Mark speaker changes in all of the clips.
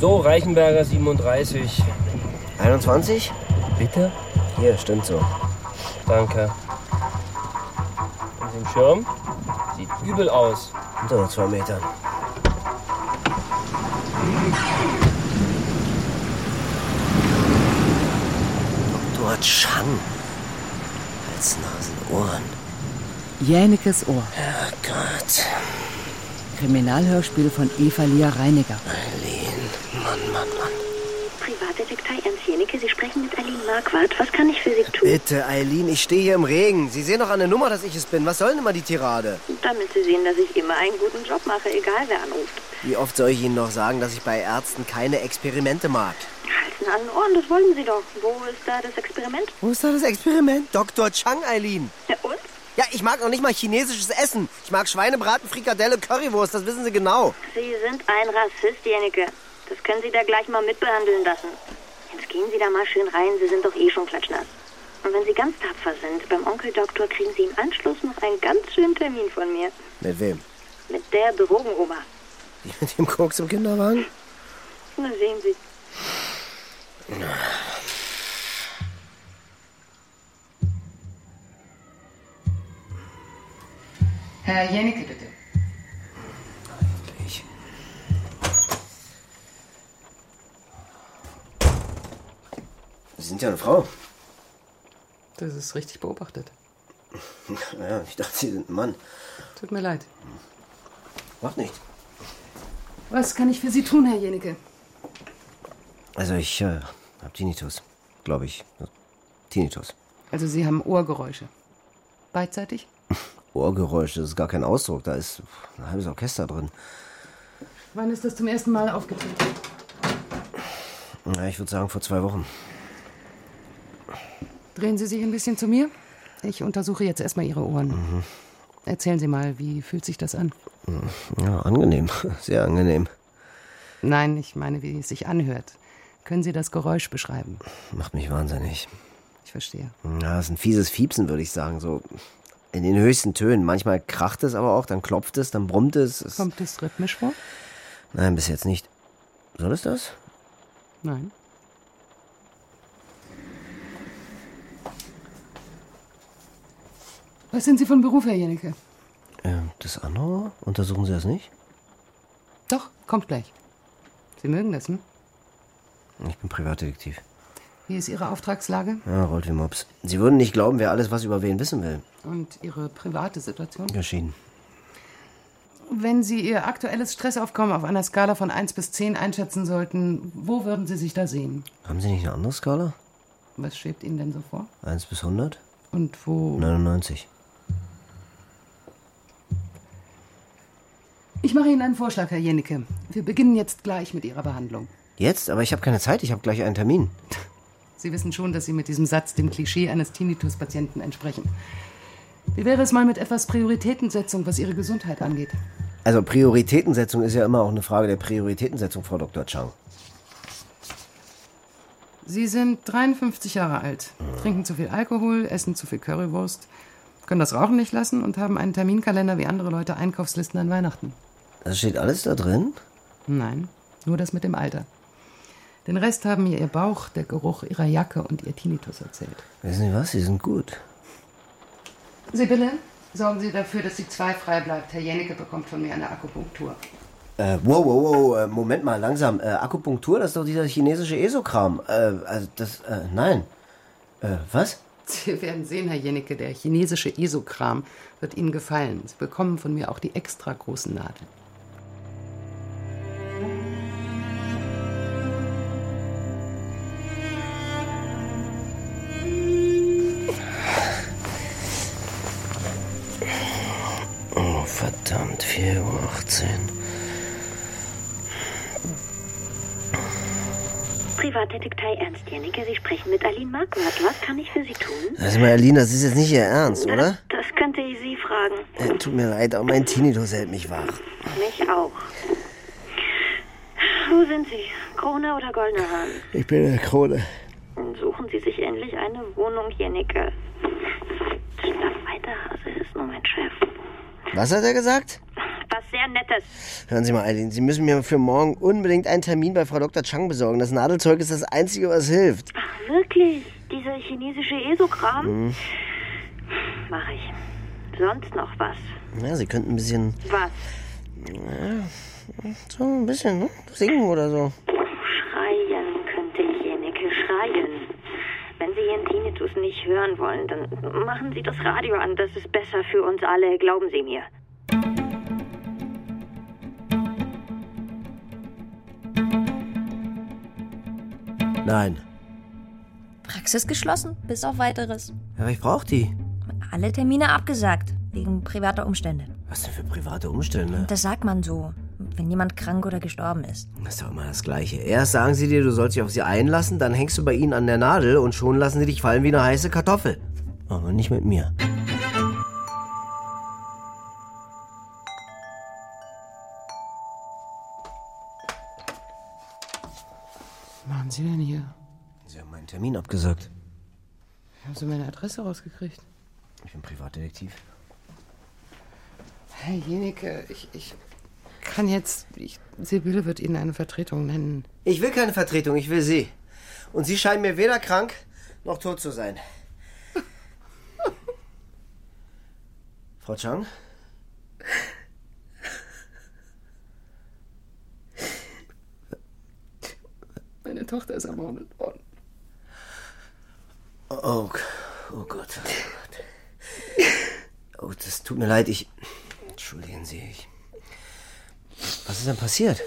Speaker 1: So, Reichenberger 37.
Speaker 2: 21?
Speaker 1: Bitte?
Speaker 2: Hier, stimmt so.
Speaker 1: Danke. Und den Schirm? Sieht übel aus.
Speaker 2: Unter nur zwei Metern. Dr. Chang. Als Nasen, Ohren.
Speaker 3: Jänekes Ohr.
Speaker 2: Herrgott.
Speaker 3: Kriminalhörspiel von Eva Lia Reiniger.
Speaker 2: Eileen. Mann, Mann, Mann.
Speaker 4: Privatdetektiv Ernst Jenicke, Sie sprechen mit Aline Marquardt. Was kann ich für Sie tun?
Speaker 2: Bitte, Eileen, ich stehe hier im Regen. Sie sehen doch an der Nummer, dass ich es bin. Was soll denn immer die Tirade?
Speaker 4: Damit Sie sehen, dass ich immer einen guten Job mache, egal wer anruft.
Speaker 2: Wie oft soll ich Ihnen noch sagen, dass ich bei Ärzten keine Experimente mag?
Speaker 4: Halten an den Ohren, das wollen Sie doch. Wo ist da das Experiment?
Speaker 2: Wo ist da das Experiment? Dr. Chang, Eileen.
Speaker 4: Ja, und?
Speaker 2: Ja, ich mag noch nicht mal chinesisches Essen. Ich mag Schweinebraten, Frikadelle, Currywurst, das wissen Sie genau.
Speaker 4: Sie sind ein Rassist, Jenicke. Das können Sie da gleich mal mitbehandeln lassen. Jetzt gehen Sie da mal schön rein, Sie sind doch eh schon klatschnass. Und wenn Sie ganz tapfer sind, beim Onkeldoktor kriegen Sie im Anschluss noch einen ganz schönen Termin von mir.
Speaker 2: Mit wem?
Speaker 4: Mit der Drogenoma.
Speaker 2: Die mit dem Koks im Kinderwagen?
Speaker 4: Na, sehen Sie.
Speaker 5: Herr Jenicke, bitte.
Speaker 2: Ich. Sie sind ja eine Frau.
Speaker 5: Das ist richtig beobachtet.
Speaker 2: Ja, ich dachte, Sie sind ein Mann.
Speaker 5: Tut mir leid.
Speaker 2: Macht nichts.
Speaker 5: Was kann ich für Sie tun, Herr Jenicke?
Speaker 2: Also, ich äh, hab Tinnitus, glaube ich. Tinnitus.
Speaker 5: Also, Sie haben Ohrgeräusche. Beidseitig?
Speaker 2: Ohrgeräusche, das ist gar kein Ausdruck. Da ist ein halbes Orchester drin.
Speaker 5: Wann ist das zum ersten Mal aufgetreten?
Speaker 2: Na, ich würde sagen, vor zwei Wochen.
Speaker 5: Drehen Sie sich ein bisschen zu mir. Ich untersuche jetzt erstmal Ihre Ohren.
Speaker 2: Mhm.
Speaker 5: Erzählen Sie mal, wie fühlt sich das an?
Speaker 2: Ja, angenehm. Sehr angenehm.
Speaker 5: Nein, ich meine, wie es sich anhört. Können Sie das Geräusch beschreiben?
Speaker 2: Macht mich wahnsinnig.
Speaker 5: Ich verstehe.
Speaker 2: Ja, ist ein fieses Fiepsen, würde ich sagen. So in den höchsten Tönen. Manchmal kracht es aber auch, dann klopft es, dann brummt es. es
Speaker 5: Kommt es rhythmisch vor?
Speaker 2: Nein, bis jetzt nicht. Soll es das?
Speaker 5: Nein. Was sind Sie von Beruf, Herr Jenicke?
Speaker 2: Ähm, das andere? Untersuchen Sie das nicht?
Speaker 5: Doch, kommt gleich. Sie mögen das, hm?
Speaker 2: Ich bin Privatdetektiv.
Speaker 5: Wie ist Ihre Auftragslage
Speaker 2: Ja, rollt wie Mops. Sie würden nicht glauben, wer alles was über wen wissen will.
Speaker 5: und Ihre private Situation?
Speaker 2: Geschieden.
Speaker 5: Wenn Sie Ihr aktuelles Stressaufkommen auf einer Skala von 1 bis 10 einschätzen sollten, wo würden Sie sich da sehen?
Speaker 2: Haben Sie nicht eine andere Skala?
Speaker 5: Was schwebt Ihnen denn so vor?
Speaker 2: 1 bis 100?
Speaker 5: Und wo?
Speaker 2: 99.
Speaker 5: Ich mache Ihnen einen Vorschlag, Herr Jenicke. Wir beginnen jetzt gleich mit Ihrer Behandlung.
Speaker 2: Jetzt? Aber ich habe keine Zeit, ich habe gleich einen Termin.
Speaker 5: Sie wissen schon, dass Sie mit diesem Satz dem Klischee eines Tinnitus-Patienten entsprechen. Wie wäre es mal mit etwas Prioritätensetzung, was Ihre Gesundheit angeht?
Speaker 2: Also Prioritätensetzung ist ja immer auch eine Frage der Prioritätensetzung, Frau Dr. Chang.
Speaker 5: Sie sind 53 Jahre alt, trinken zu viel Alkohol, essen zu viel Currywurst, können das Rauchen nicht lassen und haben einen Terminkalender wie andere Leute Einkaufslisten an Weihnachten.
Speaker 2: Das Also steht alles da drin?
Speaker 5: Nein, nur das mit dem Alter. Den Rest haben mir ihr Bauch, der Geruch ihrer Jacke und ihr Tinnitus erzählt.
Speaker 2: Wissen Sie was? Sie sind gut.
Speaker 5: Sibylle, sorgen Sie dafür, dass die 2 frei bleibt. Herr Jenicke bekommt von mir eine Akupunktur.
Speaker 2: Äh, wow, wow, wow, äh, Moment mal, langsam. Äh, Akupunktur, das ist doch dieser chinesische ESO-Kram. Äh, also das, äh, nein. Äh, was?
Speaker 5: Sie werden sehen, Herr Jenicke, der chinesische Esokram wird Ihnen gefallen. Sie bekommen von mir auch die extra großen Nadeln.
Speaker 2: Oh, verdammt, 4.18 Uhr.
Speaker 6: Privatdetektei Ernst Jennecke. Sie sprechen mit Aline Marquardt. Was kann ich für Sie tun?
Speaker 2: Also mal, Aline, das ist jetzt nicht Ihr Ernst, oder?
Speaker 6: Das könnte ich Sie fragen.
Speaker 2: Äh, tut mir leid, aber mein Tinnitus hält mich wach.
Speaker 6: Mich auch. Wo sind Sie? Krone oder Goldener Hahn?
Speaker 2: Ich bin der Krone.
Speaker 6: Suchen Sie sich endlich eine Wohnung, Jennecke. Schlaf weiter, Hase ist nur mein Chef.
Speaker 2: Was hat er gesagt?
Speaker 6: Was sehr Nettes.
Speaker 2: Hören Sie mal, Eileen, Sie müssen mir für morgen unbedingt einen Termin bei Frau Dr. Chang besorgen. Das Nadelzeug ist das Einzige, was hilft.
Speaker 6: Ach, wirklich? Dieser chinesische
Speaker 2: Hm.
Speaker 6: Esokram? Mach ich. Sonst noch was?
Speaker 2: Ja, Sie könnten ein bisschen,
Speaker 6: Was?
Speaker 2: so ein bisschen ne? singen oder so.
Speaker 6: Schreien könnte ich, Jennecke, schreien. Wenn Sie Ihren Tinnitus nicht hören wollen, dann machen Sie das Radio an. Das ist besser für uns alle, glauben Sie mir.
Speaker 2: Nein.
Speaker 4: Praxis geschlossen, bis auf weiteres.
Speaker 2: Aber ich brauche die.
Speaker 4: Alle Termine abgesagt, wegen privater Umstände.
Speaker 2: Was denn für private Umstände?
Speaker 4: Das sagt man so, wenn jemand krank oder gestorben ist.
Speaker 2: Das ist doch immer das Gleiche. Erst sagen sie dir, du sollst dich auf sie einlassen, dann hängst du bei ihnen an der Nadel und schon lassen sie dich fallen wie eine heiße Kartoffel. Aber nicht mit mir.
Speaker 5: Waren Sie denn hier?
Speaker 2: Sie haben meinen Termin abgesagt.
Speaker 5: Wie haben Sie meine Adresse rausgekriegt?
Speaker 2: Ich bin Privatdetektiv.
Speaker 5: Herr Jeneke,
Speaker 2: Äh,
Speaker 5: ich, ich kann jetzt. Ich, Sibylle wird Ihnen eine Vertretung nennen.
Speaker 2: Ich will keine Vertretung, ich will sie. Und sie scheinen mir weder krank noch tot zu sein. Frau Chang?
Speaker 5: Meine Tochter ist ermordet worden.
Speaker 2: Oh, G- oh Gott. Oh, das tut mir leid, ich. Entschuldigen Sie, ich. Was ist denn passiert?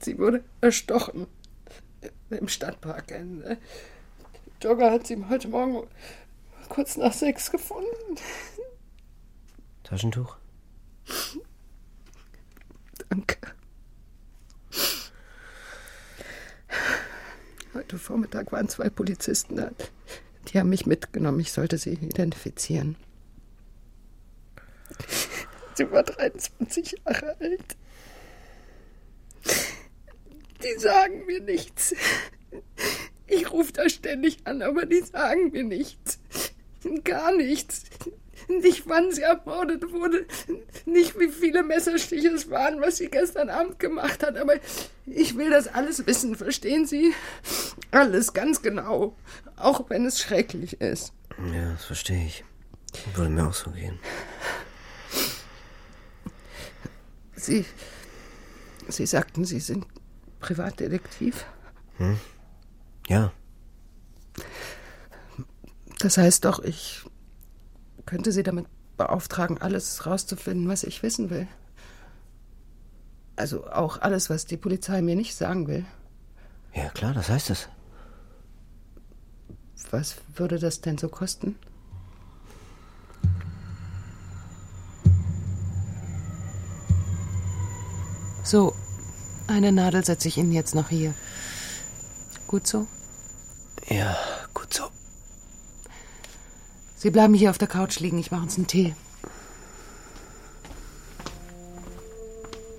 Speaker 5: Sie wurde erstochen. Im Stadtpark. Ein äh, Jogger hat sie heute Morgen kurz nach sechs gefunden.
Speaker 2: Taschentuch?
Speaker 5: Danke. Heute Vormittag waren zwei Polizisten da. Die haben mich mitgenommen. Ich sollte sie identifizieren. Sie war 23 Jahre alt. Die sagen mir nichts. Ich rufe da ständig an, aber die sagen mir nichts. Gar nichts. Nicht, wann sie ermordet wurde, nicht wie viele Messerstiche es waren, was sie gestern Abend gemacht hat, aber ich will das alles wissen, verstehen Sie? Alles ganz genau, auch wenn es schrecklich ist.
Speaker 2: Ja, das verstehe ich. Würde mir auch so gehen.
Speaker 5: Sie, Sie sagten, Sie sind Privatdetektiv.
Speaker 2: Hm? Ja.
Speaker 5: Das heißt doch, ich könnte Sie damit beauftragen, alles rauszufinden, was ich wissen will. Also auch alles, was die Polizei mir nicht sagen will.
Speaker 2: Ja, klar, das heißt es.
Speaker 5: Was würde das denn so kosten? So, eine Nadel setze ich Ihnen jetzt noch hier. Gut so?
Speaker 2: Ja, gut so.
Speaker 5: Sie bleiben hier auf der Couch liegen, ich mache uns einen Tee.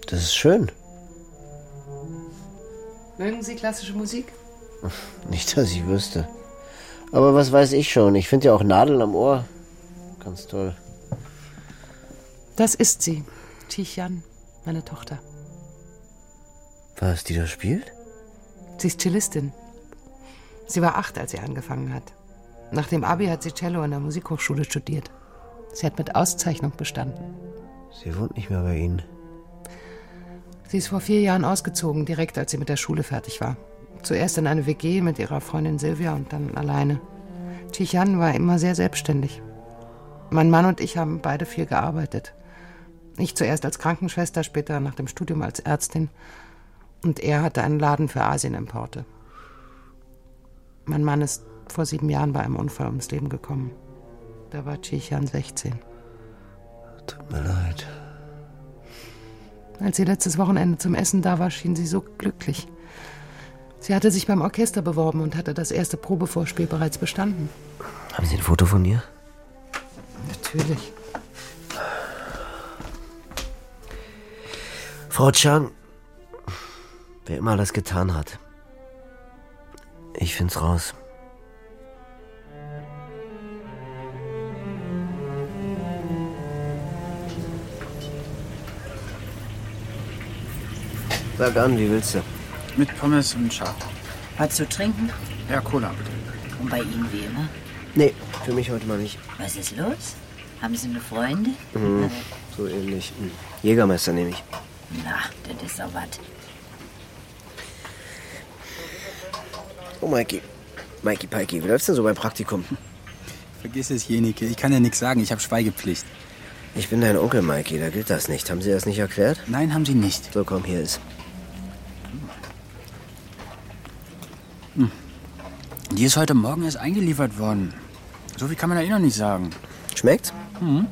Speaker 2: Das ist schön.
Speaker 5: Mögen Sie klassische Musik?
Speaker 2: Nicht, dass ich wüsste. Aber was weiß ich schon? Ich finde ja auch Nadeln am Ohr ganz toll.
Speaker 5: Das ist sie, Tijan, meine Tochter.
Speaker 2: Was, die da spielt?
Speaker 5: Sie ist Cellistin. Sie war acht, als sie angefangen hat. Nach dem Abi hat sie Cello an der Musikhochschule studiert. Sie hat mit Auszeichnung bestanden.
Speaker 2: Sie wohnt nicht mehr bei Ihnen.
Speaker 5: Sie ist vor vier Jahren ausgezogen, direkt als sie mit der Schule fertig war. Zuerst in eine WG mit ihrer Freundin Silvia und dann alleine. Tichan war immer sehr selbstständig. Mein Mann und ich haben beide viel gearbeitet. Ich zuerst als Krankenschwester, später nach dem Studium als Ärztin. Und er hatte einen Laden für Asienimporte. Mein Mann ist vor sieben Jahren bei einem Unfall ums Leben gekommen. Da war Tichan 16.
Speaker 2: Tut mir leid.
Speaker 5: Als sie letztes Wochenende zum Essen da war, schien sie so glücklich. Sie hatte sich beim Orchester beworben und hatte das erste Probevorspiel bereits bestanden.
Speaker 2: Haben Sie ein Foto von ihr?
Speaker 5: Natürlich.
Speaker 2: Frau Chang, wer immer das getan hat, ich find's raus. Sag an, wie willst du?
Speaker 7: Mit Pommes und Schaf.
Speaker 8: Was zu trinken?
Speaker 7: Ja, Cola bitte.
Speaker 8: Und bei Ihnen wie immer.
Speaker 2: Nee, für mich heute mal nicht. Mhm.
Speaker 8: Was ist los? Haben Sie eine Freundin?
Speaker 2: So ähnlich. Hm. Jägermeister nehme ich.
Speaker 8: Na, das ist doch was.
Speaker 2: Oh, Mikey. Mikey Pikey, wie läuft's denn so beim Praktikum?
Speaker 7: Vergiss es, Jenike. Ich kann ja nichts sagen. Ich habe Schweigepflicht.
Speaker 2: Ich bin dein Onkel, Mikey, da gilt das nicht. Haben Sie das nicht erklärt?
Speaker 7: Nein, haben Sie nicht.
Speaker 2: So, komm, hier ist.
Speaker 7: Die ist heute Morgen erst eingeliefert worden. So viel kann man da eh noch nicht sagen.
Speaker 2: Schmeckt's?
Speaker 8: Hm?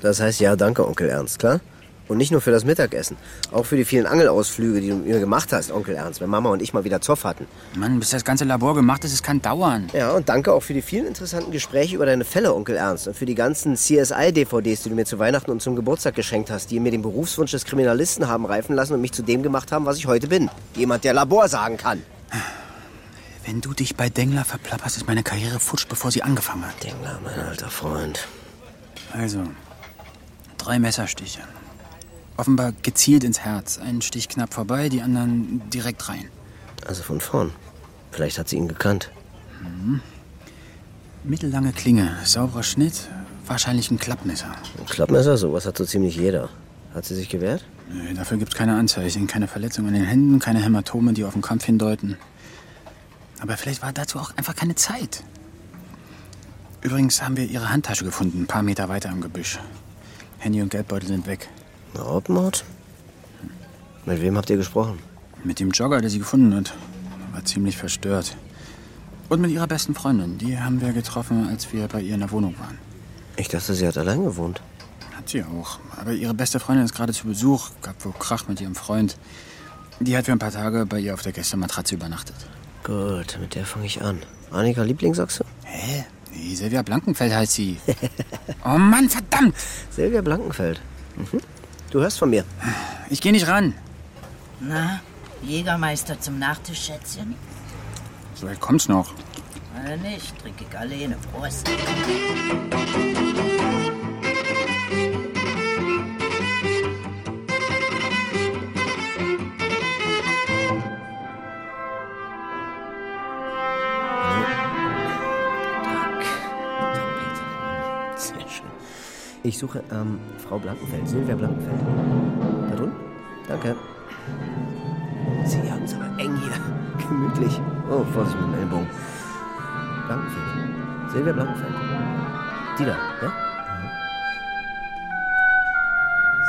Speaker 2: Das heißt ja, danke, Onkel Ernst, klar? Und nicht nur für das Mittagessen, auch für die vielen Angelausflüge, die du mit mir gemacht hast, Onkel Ernst, wenn Mama und ich mal wieder Zoff hatten.
Speaker 7: Mann, bis das ganze Labor gemacht ist, es kann dauern.
Speaker 2: Ja, und danke auch für die vielen interessanten Gespräche über deine Fälle, Onkel Ernst, und für die ganzen CSI-DVDs, die du mir zu Weihnachten und zum Geburtstag geschenkt hast, die mir den Berufswunsch des Kriminalisten haben reifen lassen und mich zu dem gemacht haben, was ich heute bin. Jemand, der Labor sagen kann.
Speaker 7: Wenn du dich bei Dengler verplapperst, ist meine Karriere futsch, bevor sie angefangen hat.
Speaker 2: Dengler, mein alter Freund.
Speaker 7: Also, drei Messerstiche. Offenbar gezielt ins Herz. Ein Stich knapp vorbei, die anderen direkt rein.
Speaker 2: Also von vorn. Vielleicht hat sie ihn gekannt.
Speaker 8: Hm?
Speaker 7: Mittellange Klinge, sauberer Schnitt, wahrscheinlich ein Klappmesser.
Speaker 2: Ein Klappmesser, sowas hat so ziemlich jeder. Hat sie sich gewehrt?
Speaker 7: Nö, Dafür gibt's keine Anzeichen, keine Verletzungen an den Händen, keine Hämatome, die auf den Kampf hindeuten. Aber vielleicht war dazu auch einfach keine Zeit. Übrigens haben wir ihre Handtasche gefunden, ein paar Meter weiter im Gebüsch. Handy und Geldbeutel sind weg.
Speaker 2: Eine Raubmord? Mit wem habt ihr gesprochen?
Speaker 7: Mit dem Jogger, der sie gefunden hat. War ziemlich verstört. Und mit ihrer besten Freundin. Die haben wir getroffen, als wir bei ihr in der Wohnung waren.
Speaker 2: Ich dachte, sie hat allein gewohnt.
Speaker 7: Hat sie auch. Aber ihre beste Freundin ist gerade zu Besuch. Gab wohl Krach mit ihrem Freund. Die hat für ein paar Tage bei ihr auf der Gästematratze übernachtet.
Speaker 2: Gut, mit der fange ich an. Annika Lieblingsachse?
Speaker 7: Hä? Nee, Silvia Blankenfeld heißt sie. oh Mann, verdammt!
Speaker 2: Silvia Blankenfeld. Mhm. Du hörst von mir.
Speaker 7: Ich gehe nicht ran.
Speaker 8: Na, Jägermeister zum Nachtisch, Schätzchen?
Speaker 7: So weit kommt's noch.
Speaker 8: Oder nicht? Trinke ich alleine. Prost.
Speaker 2: Sehr schön. Ich suche ähm, Frau Blankenfeld, Silvia Blankenfeld. Da drüben? Danke. Sie haben es aber eng hier. Gemütlich. Oh, Vorsicht mit dem Ellbogen. Blankenfeld. Silvia Blankenfeld. Die da, ja?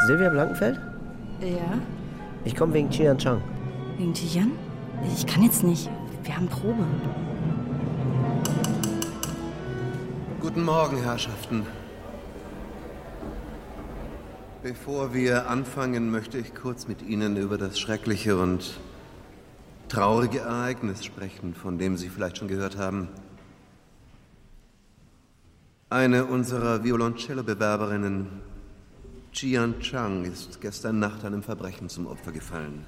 Speaker 2: Mhm. Silvia Blankenfeld?
Speaker 9: Ja,
Speaker 2: Ich komme wegen Chian Chang.
Speaker 9: wegen Tijan? Ich kann jetzt nicht. Wir haben Probe.
Speaker 10: Guten Morgen, Herrschaften. Bevor wir anfangen, möchte ich kurz mit Ihnen über das schreckliche und traurige Ereignis sprechen, von dem Sie vielleicht schon gehört haben. Eine unserer Violoncello-Bewerberinnen, Jian Chang, ist gestern Nacht einem Verbrechen zum Opfer gefallen.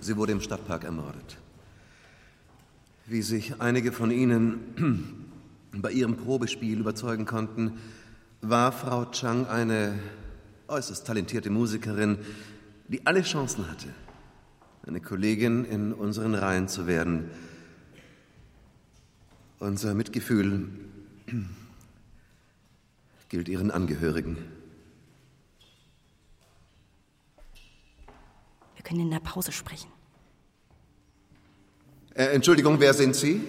Speaker 10: Sie wurde im Stadtpark ermordet. Wie sich einige von Ihnen bei Ihrem Probespiel überzeugen konnten, war Frau Chang eine äußerst talentierte Musikerin, die alle Chancen hatte, eine Kollegin in unseren Reihen zu werden. Unser Mitgefühl gilt Ihren Angehörigen.
Speaker 9: Wir können in der Pause sprechen.
Speaker 10: Äh, Entschuldigung, wer sind Sie?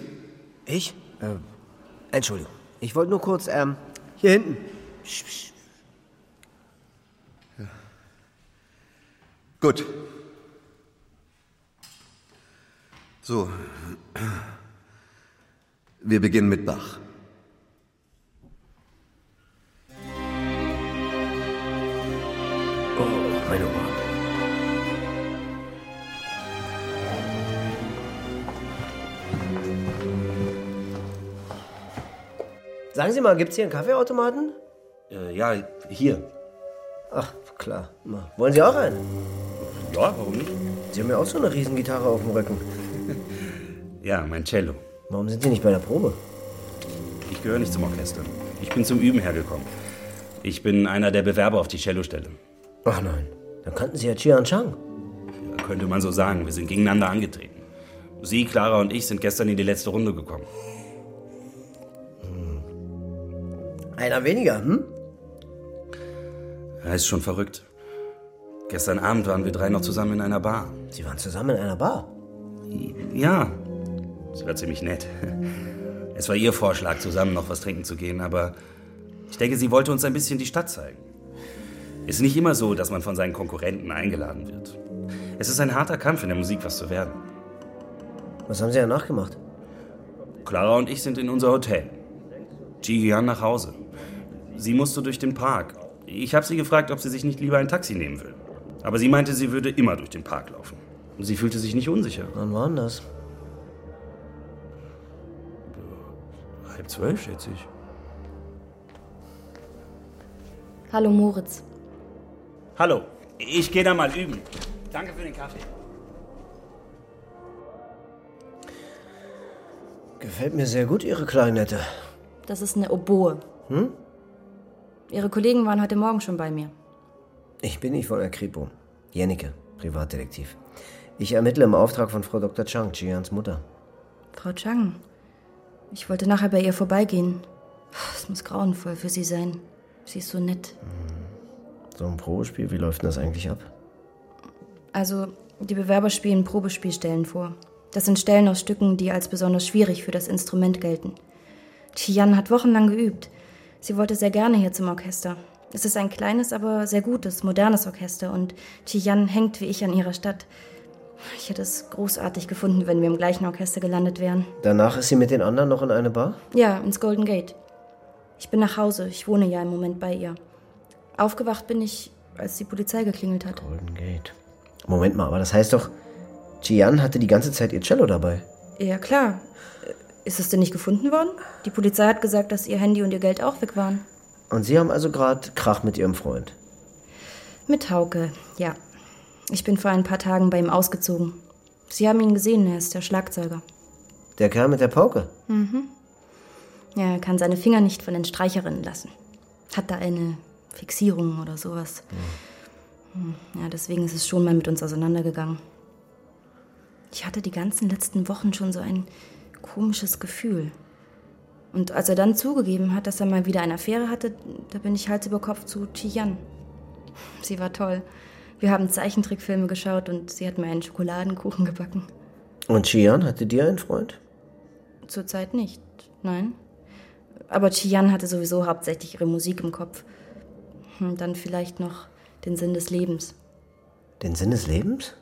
Speaker 2: Ich? Ähm, Entschuldigung. Ich wollte nur kurz, ähm, hier hinten.
Speaker 10: Gut. So. Wir beginnen mit Bach.
Speaker 11: Oh, meine Mann.
Speaker 2: Sagen Sie mal, gibt's hier einen Kaffeeautomaten?
Speaker 11: Äh, ja, hier.
Speaker 2: Ach, klar. Na, Wollen Sie auch einen?
Speaker 11: Ja, warum nicht?
Speaker 2: Sie haben ja auch so eine Riesengitarre auf dem Rücken.
Speaker 11: Ja, mein Cello.
Speaker 2: Warum sind Sie nicht bei der Probe?
Speaker 11: Ich gehöre nicht zum Orchester. Ich bin zum Üben hergekommen. Ich bin einer der Bewerber auf die Cellostelle.
Speaker 2: Ach nein, dann kannten Sie ja Chian Chang.
Speaker 11: Ja, könnte man so sagen. Wir sind gegeneinander angetreten. Sie, Clara und ich sind gestern in die letzte Runde gekommen.
Speaker 2: Einer weniger, hm?
Speaker 11: Er ist schon verrückt. Gestern Abend waren wir drei noch zusammen in einer Bar.
Speaker 2: Sie waren zusammen in einer Bar?
Speaker 11: Ja, das war ziemlich nett. Es war ihr Vorschlag, zusammen noch was trinken zu gehen, aber ich denke, sie wollte uns ein bisschen die Stadt zeigen. Ist nicht immer so, dass man von seinen Konkurrenten eingeladen wird. Es ist ein harter Kampf, in der Musik was zu werden.
Speaker 2: Was haben Sie danach gemacht?
Speaker 11: Clara und ich sind in unser Hotel. Jigian nach Hause. Sie musste durch den Park. Ich habe sie gefragt, ob sie sich nicht lieber ein Taxi nehmen will. Aber sie meinte, sie würde immer durch den Park laufen. Und sie fühlte sich nicht unsicher.
Speaker 2: Wann war denn das?
Speaker 11: Halb zwölf, schätze ich.
Speaker 9: Hallo Moritz.
Speaker 11: Hallo, ich gehe da mal üben. Danke für den Kaffee.
Speaker 2: Gefällt mir sehr gut, Ihre Klarinette.
Speaker 9: Das ist eine Oboe.
Speaker 2: Hm?
Speaker 9: Ihre Kollegen waren heute Morgen schon bei mir.
Speaker 2: Ich bin nicht von der Kripo. Jennecke, Privatdetektiv. Ich ermittle im Auftrag von Frau Dr. Chang, Chians Mutter.
Speaker 9: Frau Chang, ich wollte nachher bei ihr vorbeigehen. Es muss grauenvoll für sie sein. Sie ist so nett.
Speaker 2: So ein Probespiel, wie läuft denn das eigentlich ab?
Speaker 9: Also, die Bewerber spielen Probespielstellen vor. Das sind Stellen aus Stücken, die als besonders schwierig für das Instrument gelten. Tian hat wochenlang geübt. Sie wollte sehr gerne hier zum Orchester. Es ist ein kleines, aber sehr gutes, modernes Orchester und Tian hängt wie ich an ihrer Stadt. Ich hätte es großartig gefunden, wenn wir im gleichen Orchester gelandet wären.
Speaker 2: Danach ist sie mit den anderen noch in eine Bar?
Speaker 9: Ja, ins Golden Gate. Ich bin nach Hause. Ich wohne ja im Moment bei ihr. Aufgewacht bin ich, als die Polizei geklingelt hat.
Speaker 2: Golden Gate. Moment mal, aber das heißt doch, Gian hatte die ganze Zeit ihr Cello dabei.
Speaker 9: Ja, klar. Äh, Ist es denn nicht gefunden worden? Die Polizei hat gesagt, dass ihr Handy und ihr Geld auch weg waren.
Speaker 2: Und Sie haben also gerade Krach mit Ihrem Freund.
Speaker 9: Mit Hauke, ja. Ich bin vor ein paar Tagen bei ihm ausgezogen. Sie haben ihn gesehen, er ist der Schlagzeuger.
Speaker 2: Der Kerl mit der Pauke.
Speaker 9: Mhm. Ja, Er kann seine Finger nicht von den Streicherinnen lassen. Hat da eine Fixierung oder sowas. Hm, Ja, deswegen ist es schon mal mit uns auseinandergegangen. Ich hatte die ganzen letzten Wochen schon so ein komisches Gefühl. Und als er dann zugegeben hat, dass er mal wieder eine Affäre hatte, da bin ich Hals über Kopf zu Tian. Sie war toll. Wir haben Zeichentrickfilme geschaut und sie hat mir einen Schokoladenkuchen gebacken.
Speaker 2: Und Gian hatte dir einen Freund?
Speaker 9: Zurzeit nicht, nein. Aber Chian hatte sowieso hauptsächlich ihre Musik im Kopf. Und dann vielleicht noch den Sinn des Lebens.
Speaker 2: Den Sinn des Lebens?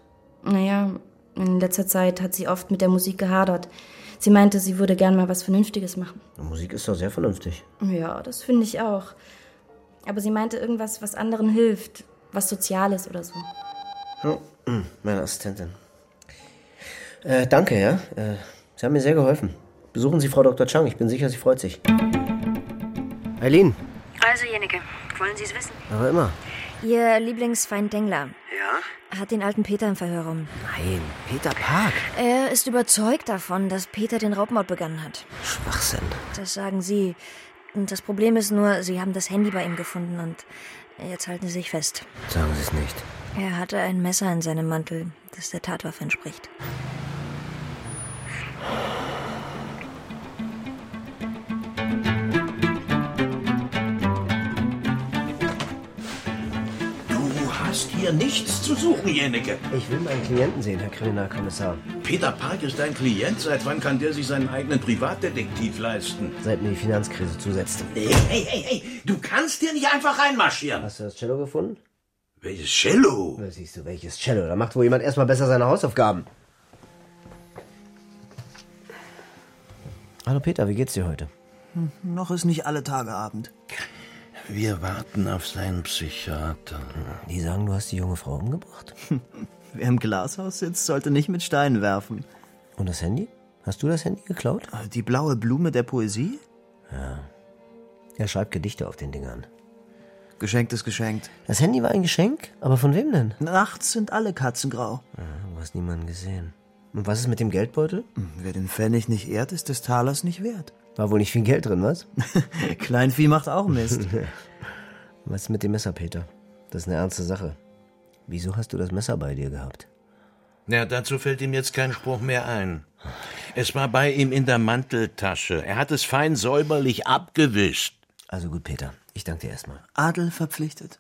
Speaker 9: Naja, in letzter Zeit hat sie oft mit der Musik gehadert. Sie meinte, sie würde gern mal was Vernünftiges machen.
Speaker 2: Musik ist doch sehr vernünftig.
Speaker 9: Ja, das finde ich auch. Aber sie meinte irgendwas, was anderen hilft. Was Soziales oder so.
Speaker 2: Ja, hm, meine Assistentin. Äh, danke, ja. Äh, Sie haben mir sehr geholfen. Besuchen Sie Frau Dr. Chang, ich bin sicher, sie freut sich. Eileen,
Speaker 4: Also, Jennecke, wollen Sie es wissen?
Speaker 2: aber immer.
Speaker 4: Ihr Lieblingsfeind Dengler
Speaker 2: Ja?
Speaker 4: hat den alten Peter im Verhör um.
Speaker 2: Nein, Peter Park.
Speaker 4: Er ist überzeugt davon, dass Peter den Raubmord begangen hat.
Speaker 2: Schwachsinn.
Speaker 4: Das sagen Sie. Und das Problem ist nur, Sie haben das Handy bei ihm gefunden und jetzt halten Sie sich fest.
Speaker 2: Sagen Sie es nicht.
Speaker 4: Er hatte ein Messer in seinem Mantel, das der Tatwaffe entspricht.
Speaker 11: Du hast hier nichts zu suchen, Jennecke.
Speaker 2: Ich will meinen Klienten sehen, Herr Kriminalkommissar.
Speaker 11: Peter Park ist dein Klient. Seit wann kann der sich seinen eigenen Privatdetektiv leisten?
Speaker 2: Seit mir die Finanzkrise zusetzt.
Speaker 11: Hey, hey, hey, hey, du kannst hier nicht einfach reinmarschieren.
Speaker 2: Hast du das Cello gefunden?
Speaker 11: Welches Cello?
Speaker 2: Da siehst du, welches Cello. Da macht wohl jemand erstmal besser seine Hausaufgaben. Hallo Peter, wie geht's dir heute?
Speaker 12: Hm,
Speaker 13: Noch ist nicht alle Tage Abend.
Speaker 14: Wir warten auf seinen Psychiater.
Speaker 15: Die sagen, du hast die junge Frau umgebracht.
Speaker 16: Wer im Glashaus sitzt, sollte nicht mit Steinen werfen. Ah,
Speaker 15: Und das Handy? Hast du das Handy geklaut?
Speaker 16: Die blaue Blume der Poesie?
Speaker 15: Ja. Er schreibt Gedichte auf den Dingern.
Speaker 16: Geschenkt ist geschenkt.
Speaker 15: Das Handy war ein Geschenk? Aber von wem denn?
Speaker 16: Nachts sind alle Katzen grau.
Speaker 15: Ja, du hast niemanden gesehen. Und was ist mit dem Geldbeutel?
Speaker 16: Hm, Wer den Pfennig nicht ehrt, ist des Talers nicht wert.
Speaker 15: War wohl nicht viel Geld drin, was?
Speaker 16: Kleinvieh macht auch Mist.
Speaker 15: was ist mit dem Messer, Peter? Das ist eine ernste Sache. Wieso hast du das Messer bei dir gehabt?
Speaker 14: Ja, dazu fällt ihm jetzt kein Spruch mehr ein. Es war bei ihm in der Manteltasche. Er hat es fein säuberlich abgewischt.
Speaker 15: Also gut, Peter. Ich danke dir erstmal.
Speaker 16: Adel verpflichtet.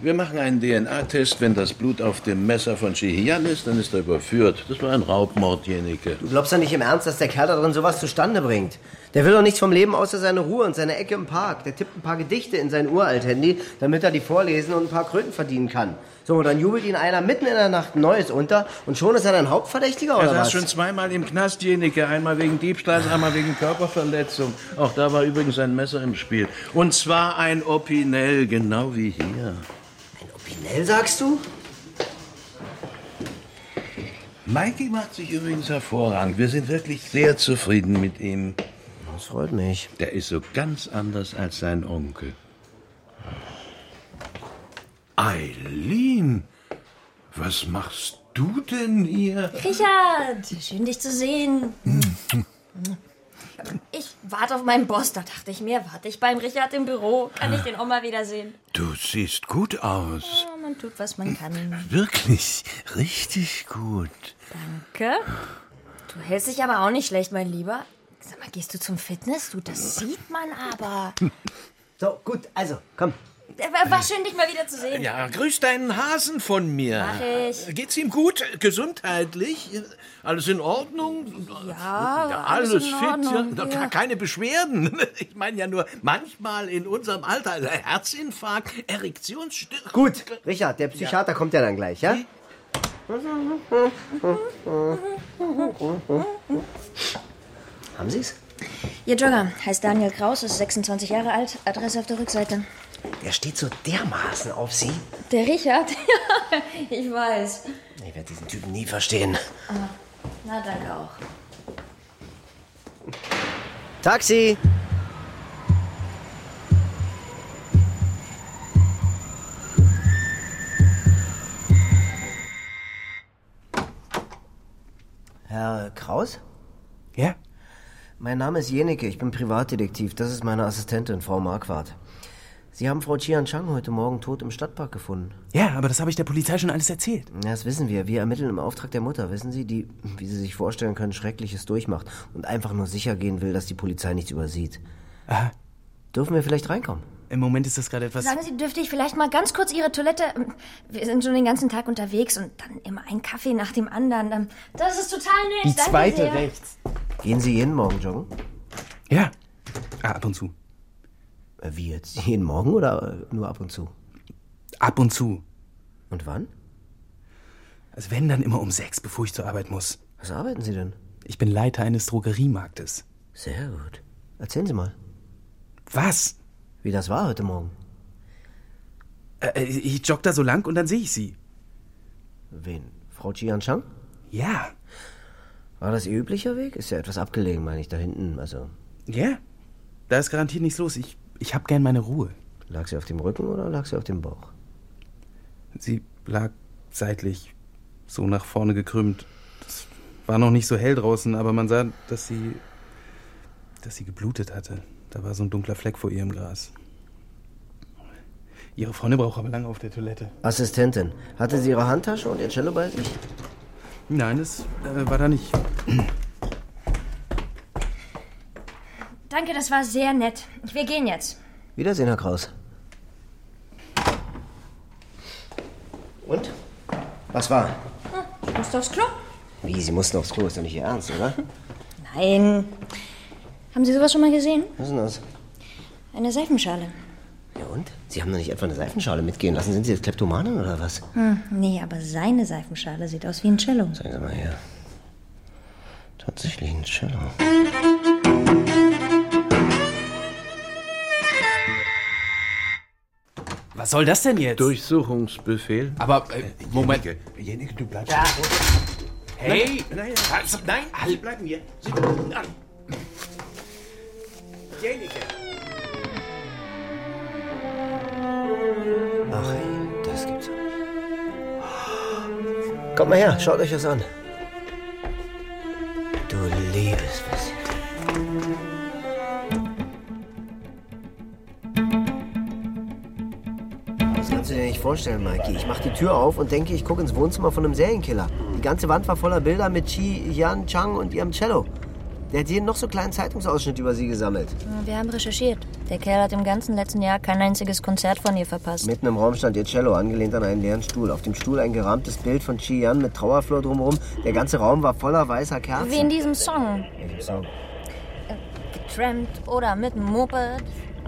Speaker 14: Wir machen einen DNA-Test. Wenn das Blut auf dem Messer von Shehian ist, dann ist er überführt. Das war ein Raubmord, Jenike.
Speaker 2: Du glaubst ja nicht im Ernst, dass der Kerl da drin sowas zustande bringt. Der will doch nichts vom Leben außer seine Ruhe und seine Ecke im Park. Der tippt ein paar Gedichte in sein Uralt-Handy, damit er die vorlesen und ein paar Kröten verdienen kann. So, und dann jubelt ihn einer mitten in der Nacht ein Neues unter und schon ist er dann Hauptverdächtiger, oder
Speaker 14: er saß
Speaker 2: was?
Speaker 14: schon zweimal im Knast, Jenike. Einmal wegen Diebstahls, einmal wegen Körperverletzung. Auch da war übrigens ein Messer im Spiel. Und zwar ein Opinel, genau wie hier.
Speaker 2: Pinell, sagst du?
Speaker 14: Mikey macht sich übrigens hervorragend. Wir sind wirklich sehr zufrieden mit ihm.
Speaker 15: Das freut mich.
Speaker 14: Der ist so ganz anders als sein Onkel. Eileen, was machst du denn hier?
Speaker 4: Richard, schön dich zu sehen. Ich warte auf meinen Boss, da dachte ich mir, warte ich beim Richard im Büro, kann ich den auch mal wiedersehen.
Speaker 14: Du siehst gut aus.
Speaker 4: Ja, man tut, was man kann.
Speaker 14: Wirklich, richtig gut.
Speaker 4: Danke. Du hältst dich aber auch nicht schlecht, mein Lieber. Sag mal, gehst du zum Fitness? Du, das sieht man aber.
Speaker 2: So, gut, also, komm.
Speaker 4: Äh, War war schön, dich mal wieder zu sehen.
Speaker 14: Ja, grüß deinen Hasen von mir.
Speaker 4: Mach ich.
Speaker 14: Geht's ihm gut? Gesundheitlich? Alles in Ordnung?
Speaker 4: Ja,
Speaker 1: Ah,
Speaker 14: alles,
Speaker 4: alles in
Speaker 14: fit,
Speaker 4: Ordnung,
Speaker 14: ja?
Speaker 4: ja.
Speaker 14: Keine Beschwerden. Ich meine ja nur, manchmal in unserem Alter, also Herzinfarkt, Erektionsstörung.
Speaker 2: Gut, Richard, der Psychiater kommt ja dann gleich, ja? Haben Sie's?
Speaker 4: Ihr Jogger heißt Daniel Kraus, ist 26 Jahre alt, Adresse auf der Rückseite.
Speaker 2: Der steht so dermaßen auf sie.
Speaker 4: Der Richard? Ja, ich weiß. Ah,
Speaker 2: Ich werde diesen Typen nie verstehen.
Speaker 4: Na, danke auch.
Speaker 2: Taxi! Herr Kraus?
Speaker 1: Ja?
Speaker 2: Mein Name ist Jeneke, ich bin Privatdetektiv. Das ist meine Assistentin, Frau Marquardt. Sie haben Frau Chian Chang heute Morgen tot im Stadtpark gefunden.
Speaker 1: Ja, aber das habe ich der Polizei schon alles erzählt.
Speaker 2: Ja, Das wissen wir. Wir ermitteln im Auftrag der Mutter, wissen Sie, die, wie Sie sich vorstellen können, Schreckliches durchmacht und einfach nur sicher gehen will, dass die Polizei nichts übersieht.
Speaker 1: Aha.
Speaker 2: Dürfen wir vielleicht reinkommen?
Speaker 1: Im Moment ist das gerade etwas.
Speaker 4: Sagen Sie, dürfte ich vielleicht mal ganz kurz Ihre Toilette. ähm, Wir sind schon den ganzen Tag unterwegs und dann immer ein Kaffee nach dem anderen. Ähm, Das ist total nett.
Speaker 1: Die
Speaker 4: Danke
Speaker 1: zweite
Speaker 4: sehr.
Speaker 1: rechts.
Speaker 2: Gehen Sie jeden Morgen joggen?
Speaker 1: Ja. Ah, ab und zu.
Speaker 2: Äh, Wie jetzt? Jeden Morgen oder nur ab und zu?
Speaker 1: Ab und zu.
Speaker 2: Und wann?
Speaker 1: Also wenn, dann immer um sechs, bevor ich zur Arbeit muss.
Speaker 2: Was arbeiten Sie denn?
Speaker 1: Ich bin Leiter eines Drogeriemarktes.
Speaker 2: Sehr gut. Erzählen Sie mal.
Speaker 1: Was?
Speaker 2: Wie das war heute Morgen?
Speaker 1: Äh, äh, ich jogge da so lang und dann sehe ich sie.
Speaker 2: Wen? Frau Chian Chang?
Speaker 1: Ja.
Speaker 2: War das Ihr üblicher Weg? Ist ja etwas abgelegen, meine ich, da hinten. Also,
Speaker 1: Ja. Da ist garantiert nichts los. Ich, ich habe gern meine Ruhe.
Speaker 2: lag sie auf dem Rücken oder lag sie auf dem Bauch?
Speaker 1: Sie lag seitlich, so nach vorne gekrümmt. Es war noch nicht so hell draußen, aber man sah, dass sie. dass sie geblutet hatte. Da war so ein dunkler Fleck vor ihrem Gras. Ihre Freundin braucht aber lange auf der Toilette.
Speaker 2: Assistentin, hatte sie ihre Handtasche und ihr Cello bei sich?
Speaker 1: Nein, das äh, war da nicht.
Speaker 4: Danke, das war sehr nett. Wir gehen jetzt.
Speaker 2: Wiedersehen, Herr Kraus. Und? Was war?
Speaker 4: Ich muss aufs Klo.
Speaker 2: Wie, Sie mussten aufs Klo, ist doch nicht Ihr Ernst, oder?
Speaker 4: Nein. Haben Sie sowas schon mal gesehen?
Speaker 2: Was ist denn das?
Speaker 4: Eine Seifenschale.
Speaker 2: Ja und? Sie haben doch nicht etwa eine Seifenschale mitgehen lassen. Sind Sie jetzt Kleptomanin oder was?
Speaker 4: Hm, nee, aber seine Seifenschale sieht aus wie ein Cello.
Speaker 2: Zeigen Sie mal her. Tatsächlich ein Cello.
Speaker 17: Thank you.
Speaker 12: Was soll das denn jetzt?
Speaker 14: Durchsuchungsbefehl.
Speaker 12: Aber, äh, Moment.
Speaker 14: Jenike, du bleibst.
Speaker 12: Ja.
Speaker 14: Hey!
Speaker 12: Nein, nein,
Speaker 14: nein,
Speaker 12: alle bleiben hier. Sie an.
Speaker 14: Jenike!
Speaker 2: Ach ey, das gibt's doch nicht. Kommt mal her, schaut euch das an. Du liebes bisschen.
Speaker 18: Das kannst du dir nicht vorstellen, Mikey. Ich mach die Tür auf und denke, ich gucke ins Wohnzimmer von einem Serienkiller. Die ganze Wand war voller Bilder mit Chi, Yan, Chang und ihrem Cello. Der hat jeden noch so kleinen Zeitungsausschnitt über sie gesammelt.
Speaker 4: Wir haben recherchiert. Der Kerl hat im ganzen letzten Jahr kein einziges Konzert von ihr verpasst.
Speaker 18: Mitten im Raum stand ihr Cello, angelehnt an einen leeren Stuhl. Auf dem Stuhl ein gerahmtes Bild von Chi Yan mit Trauerflor drumherum. Der ganze Raum war voller weißer Kerzen.
Speaker 4: Wie in diesem Song.
Speaker 18: diesem Song.
Speaker 4: Getrampt oder mit dem Moped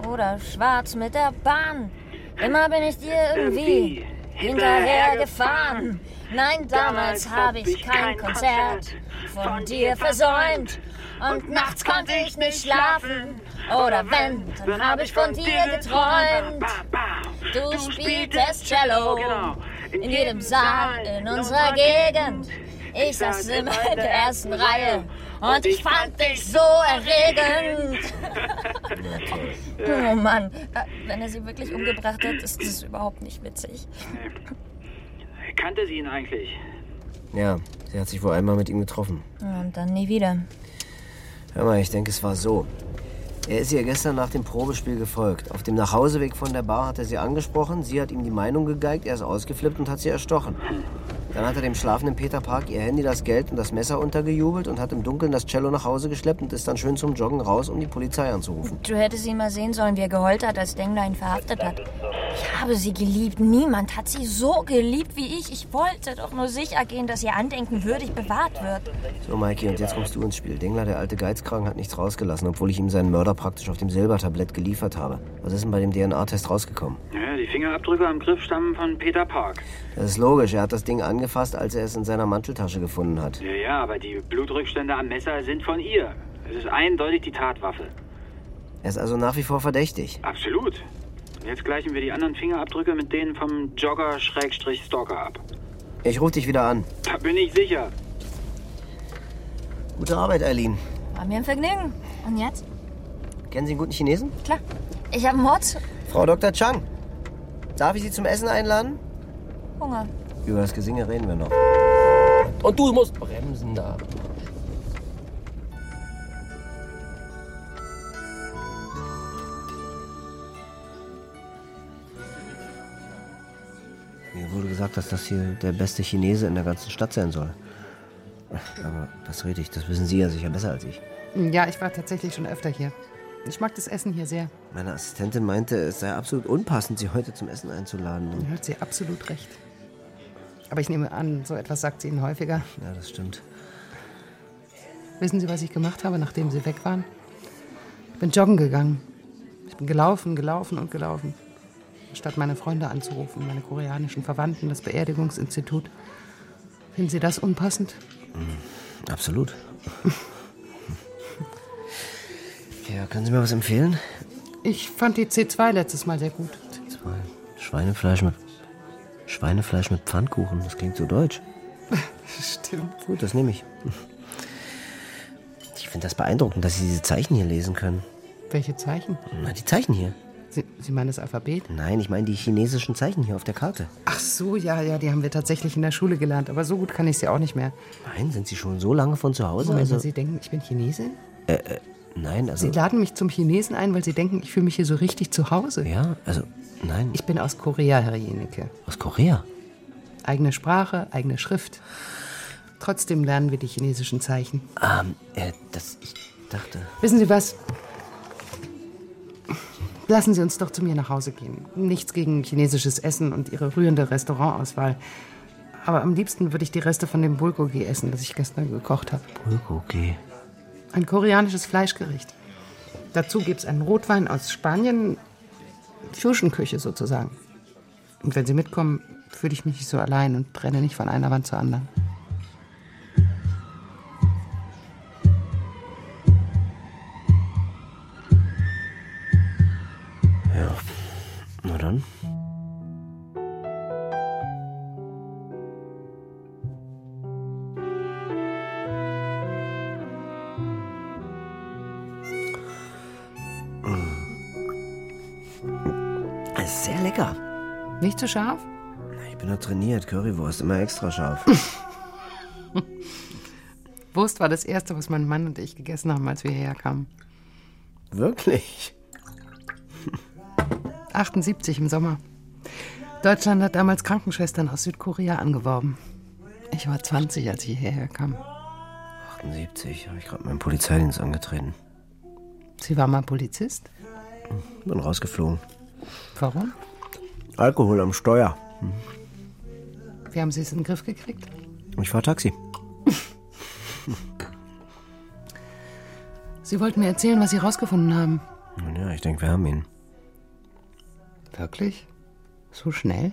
Speaker 4: oder schwarz mit der Bahn. Immer bin ich dir irgendwie hinterhergefahren. Nein, damals habe ich kein Konzert von dir versäumt. Und nachts konnte ich nicht schlafen. Oder wenn, dann habe ich von dir geträumt. Du spieltest Cello in jedem Saal in unserer Gegend. Ich saß immer in der ersten Reihe und ich fand dich so erregend. Oh Mann, Äh, wenn er sie wirklich umgebracht hat, ist das überhaupt nicht witzig.
Speaker 7: Kannte sie ihn eigentlich?
Speaker 2: Ja, sie hat sich wohl einmal mit ihm getroffen.
Speaker 4: Und dann nie wieder.
Speaker 2: Hör mal, ich denke,
Speaker 18: Es war so. Er ist ihr gestern nach dem Probespiel gefolgt. Auf dem Nachhauseweg von der Bar hat er sie angesprochen, sie hat ihm die Meinung gegeigt, er ist ausgeflippt und hat sie erstochen. Dann hat er dem schlafenden Peter Park ihr Handy, das Geld und das Messer untergejubelt und hat im Dunkeln das Cello nach Hause geschleppt und ist dann schön zum Joggen raus, um die Polizei anzurufen.
Speaker 4: Du hättest ihn mal sehen sollen, wie er geheult hat, als Dengler ihn verhaftet hat. Ich habe sie geliebt. Niemand hat sie so geliebt wie ich. Ich wollte doch nur sicher gehen, dass ihr Andenken würdig bewahrt wird.
Speaker 2: So, Mikey, und jetzt kommst du ins Spiel. Dengler, der alte Geizkragen, hat nichts rausgelassen, obwohl ich ihm seinen Mörder praktisch auf dem Silbertablett geliefert habe. Was ist denn bei dem DNA-Test rausgekommen?
Speaker 7: Ja, die Fingerabdrücke am Griff stammen von Peter Park.
Speaker 2: Das ist logisch. Er hat das Ding angefasst, als er es in seiner Manteltasche gefunden hat.
Speaker 7: Ja, ja, aber die Blutrückstände am Messer sind von ihr. Es ist eindeutig die Tatwaffe.
Speaker 2: Er ist also nach wie vor verdächtig.
Speaker 7: Absolut. Und jetzt gleichen wir die anderen Fingerabdrücke mit denen vom Jogger-Stalker ab.
Speaker 2: Ich rufe dich wieder an.
Speaker 7: Da bin ich sicher.
Speaker 2: Gute Arbeit, Eileen.
Speaker 4: War mir ein Vergnügen. Und jetzt?
Speaker 2: Kennen Sie einen guten Chinesen?
Speaker 4: Klar. Ich habe Mord,
Speaker 2: Frau Dr. Chang, darf ich Sie zum Essen einladen?
Speaker 4: Hunger.
Speaker 2: Über das Gesinge reden wir noch.
Speaker 19: Und du musst bremsen da.
Speaker 2: Mir wurde gesagt, dass das hier der beste Chinese in der ganzen Stadt sein soll. Aber was rede ich? Das wissen Sie ja sicher besser als ich.
Speaker 5: Ja, ich war tatsächlich schon öfter hier. Ich mag das Essen hier sehr.
Speaker 2: Meine Assistentin meinte, es sei absolut unpassend, Sie heute zum Essen einzuladen.
Speaker 5: Dann hat sie absolut recht. Aber ich nehme an, so etwas sagt sie Ihnen häufiger.
Speaker 2: Ja, das stimmt.
Speaker 5: Wissen Sie, was ich gemacht habe, nachdem Sie weg waren? Ich bin joggen gegangen. Ich bin gelaufen, gelaufen und gelaufen. Statt meine Freunde anzurufen, meine koreanischen Verwandten, das Beerdigungsinstitut. Finden Sie das unpassend?
Speaker 2: Absolut. ja, können Sie mir was empfehlen?
Speaker 5: Ich fand die C2 letztes Mal sehr gut.
Speaker 2: Schweinefleisch mit. Schweinefleisch mit Pfannkuchen, das klingt so deutsch.
Speaker 5: Stimmt.
Speaker 2: Gut, das nehme ich. Ich finde das beeindruckend, dass Sie diese Zeichen hier lesen können.
Speaker 5: Welche Zeichen?
Speaker 2: Na, die Zeichen hier.
Speaker 5: Sie, Sie meinen das Alphabet?
Speaker 2: Nein, ich meine die chinesischen Zeichen hier auf der Karte.
Speaker 5: Ach so, ja, ja, die haben wir tatsächlich in der Schule gelernt. Aber so gut kann ich sie auch nicht mehr.
Speaker 2: Nein, sind Sie schon so lange von zu Hause?
Speaker 5: Moment,
Speaker 2: Also,
Speaker 5: weil Sie denken, ich bin Chinesin?
Speaker 2: äh, äh, nein, also.
Speaker 5: Sie laden mich zum Chinesen ein, weil Sie denken, ich fühle mich hier so richtig zu Hause.
Speaker 2: Ja, also, nein.
Speaker 5: Ich bin aus Korea, Herr Jenecke.
Speaker 2: Aus Korea?
Speaker 5: Eigene Sprache, eigene Schrift. Trotzdem lernen wir die chinesischen Zeichen.
Speaker 2: Ähm, äh, das, ich dachte.
Speaker 5: Wissen Sie was? Lassen Sie uns doch zu mir nach Hause gehen. Nichts gegen chinesisches Essen und Ihre rührende Restaurantauswahl. Aber am liebsten würde ich die Reste von dem Bulgogi essen, das ich gestern gekocht habe.
Speaker 2: Bulgogi.
Speaker 5: Ein koreanisches Fleischgericht. Dazu gibt es einen Rotwein aus Spanien. Fusion-Küche sozusagen. Und wenn Sie mitkommen, fühle ich mich nicht so allein und brenne nicht von einer Wand zur anderen.
Speaker 2: Ja. Na dann. Es ist sehr lecker.
Speaker 5: Nicht zu scharf?
Speaker 2: Ich bin ja trainiert. Currywurst immer extra scharf.
Speaker 5: Wurst war das Erste, was mein Mann und ich gegessen haben, als wir hierher kamen.
Speaker 2: Wirklich?
Speaker 5: 78 im Sommer. Deutschland hat damals Krankenschwestern aus Südkorea angeworben. Ich war 20, als ich hierher kam.
Speaker 2: 78 habe ich gerade meinen Polizeidienst angetreten.
Speaker 5: Sie war mal Polizist?
Speaker 2: Bin rausgeflogen.
Speaker 5: Warum?
Speaker 2: Alkohol am Steuer.
Speaker 5: Wie haben Sie es in den Griff gekriegt?
Speaker 2: Ich fahr Taxi.
Speaker 5: Sie wollten mir erzählen, was Sie rausgefunden haben.
Speaker 2: Nun ja, ich denke, wir haben ihn.
Speaker 5: Wirklich? So schnell?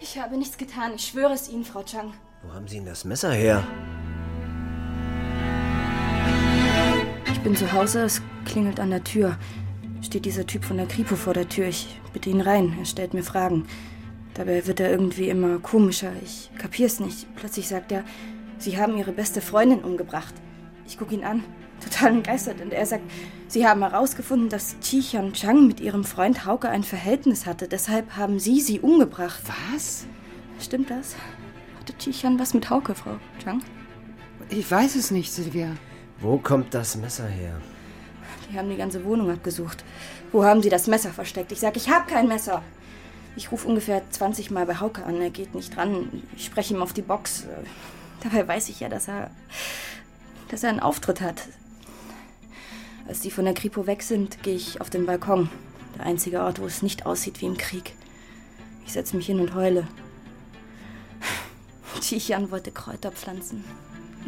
Speaker 9: Ich habe nichts getan, ich schwöre es Ihnen, Frau Chang.
Speaker 2: Wo haben Sie denn das Messer her?
Speaker 9: Ich bin zu Hause, es klingelt an der Tür. Steht dieser Typ von der Kripo vor der Tür. Ich bitte ihn rein, er stellt mir Fragen. Dabei wird er irgendwie immer komischer. Ich kapier's nicht. Plötzlich sagt er, Sie haben Ihre beste Freundin umgebracht. Ich gucke ihn an, total entgeistert, und er sagt, Sie haben herausgefunden, dass Chi Hyun Chang mit ihrem Freund Hauke ein Verhältnis hatte. Deshalb haben Sie sie umgebracht.
Speaker 5: Was?
Speaker 9: Stimmt das? Hatte Chi Hyun was mit Hauke, Frau Chang?
Speaker 5: Ich weiß es nicht, Silvia.
Speaker 2: Wo kommt das Messer her?
Speaker 9: Die haben die ganze Wohnung abgesucht. Wo haben sie das Messer versteckt? Ich sag, ich hab kein Messer. Ich rufe ungefähr 20 Mal bei Hauke an, er geht nicht ran. Ich spreche ihm auf die Box. Dabei weiß ich ja, dass er, dass er einen Auftritt hat. Als die von der Kripo weg sind, gehe ich auf den Balkon. Der einzige Ort, wo es nicht aussieht wie im Krieg. Ich setze mich hin und heule. Tichan wollte Kräuter pflanzen.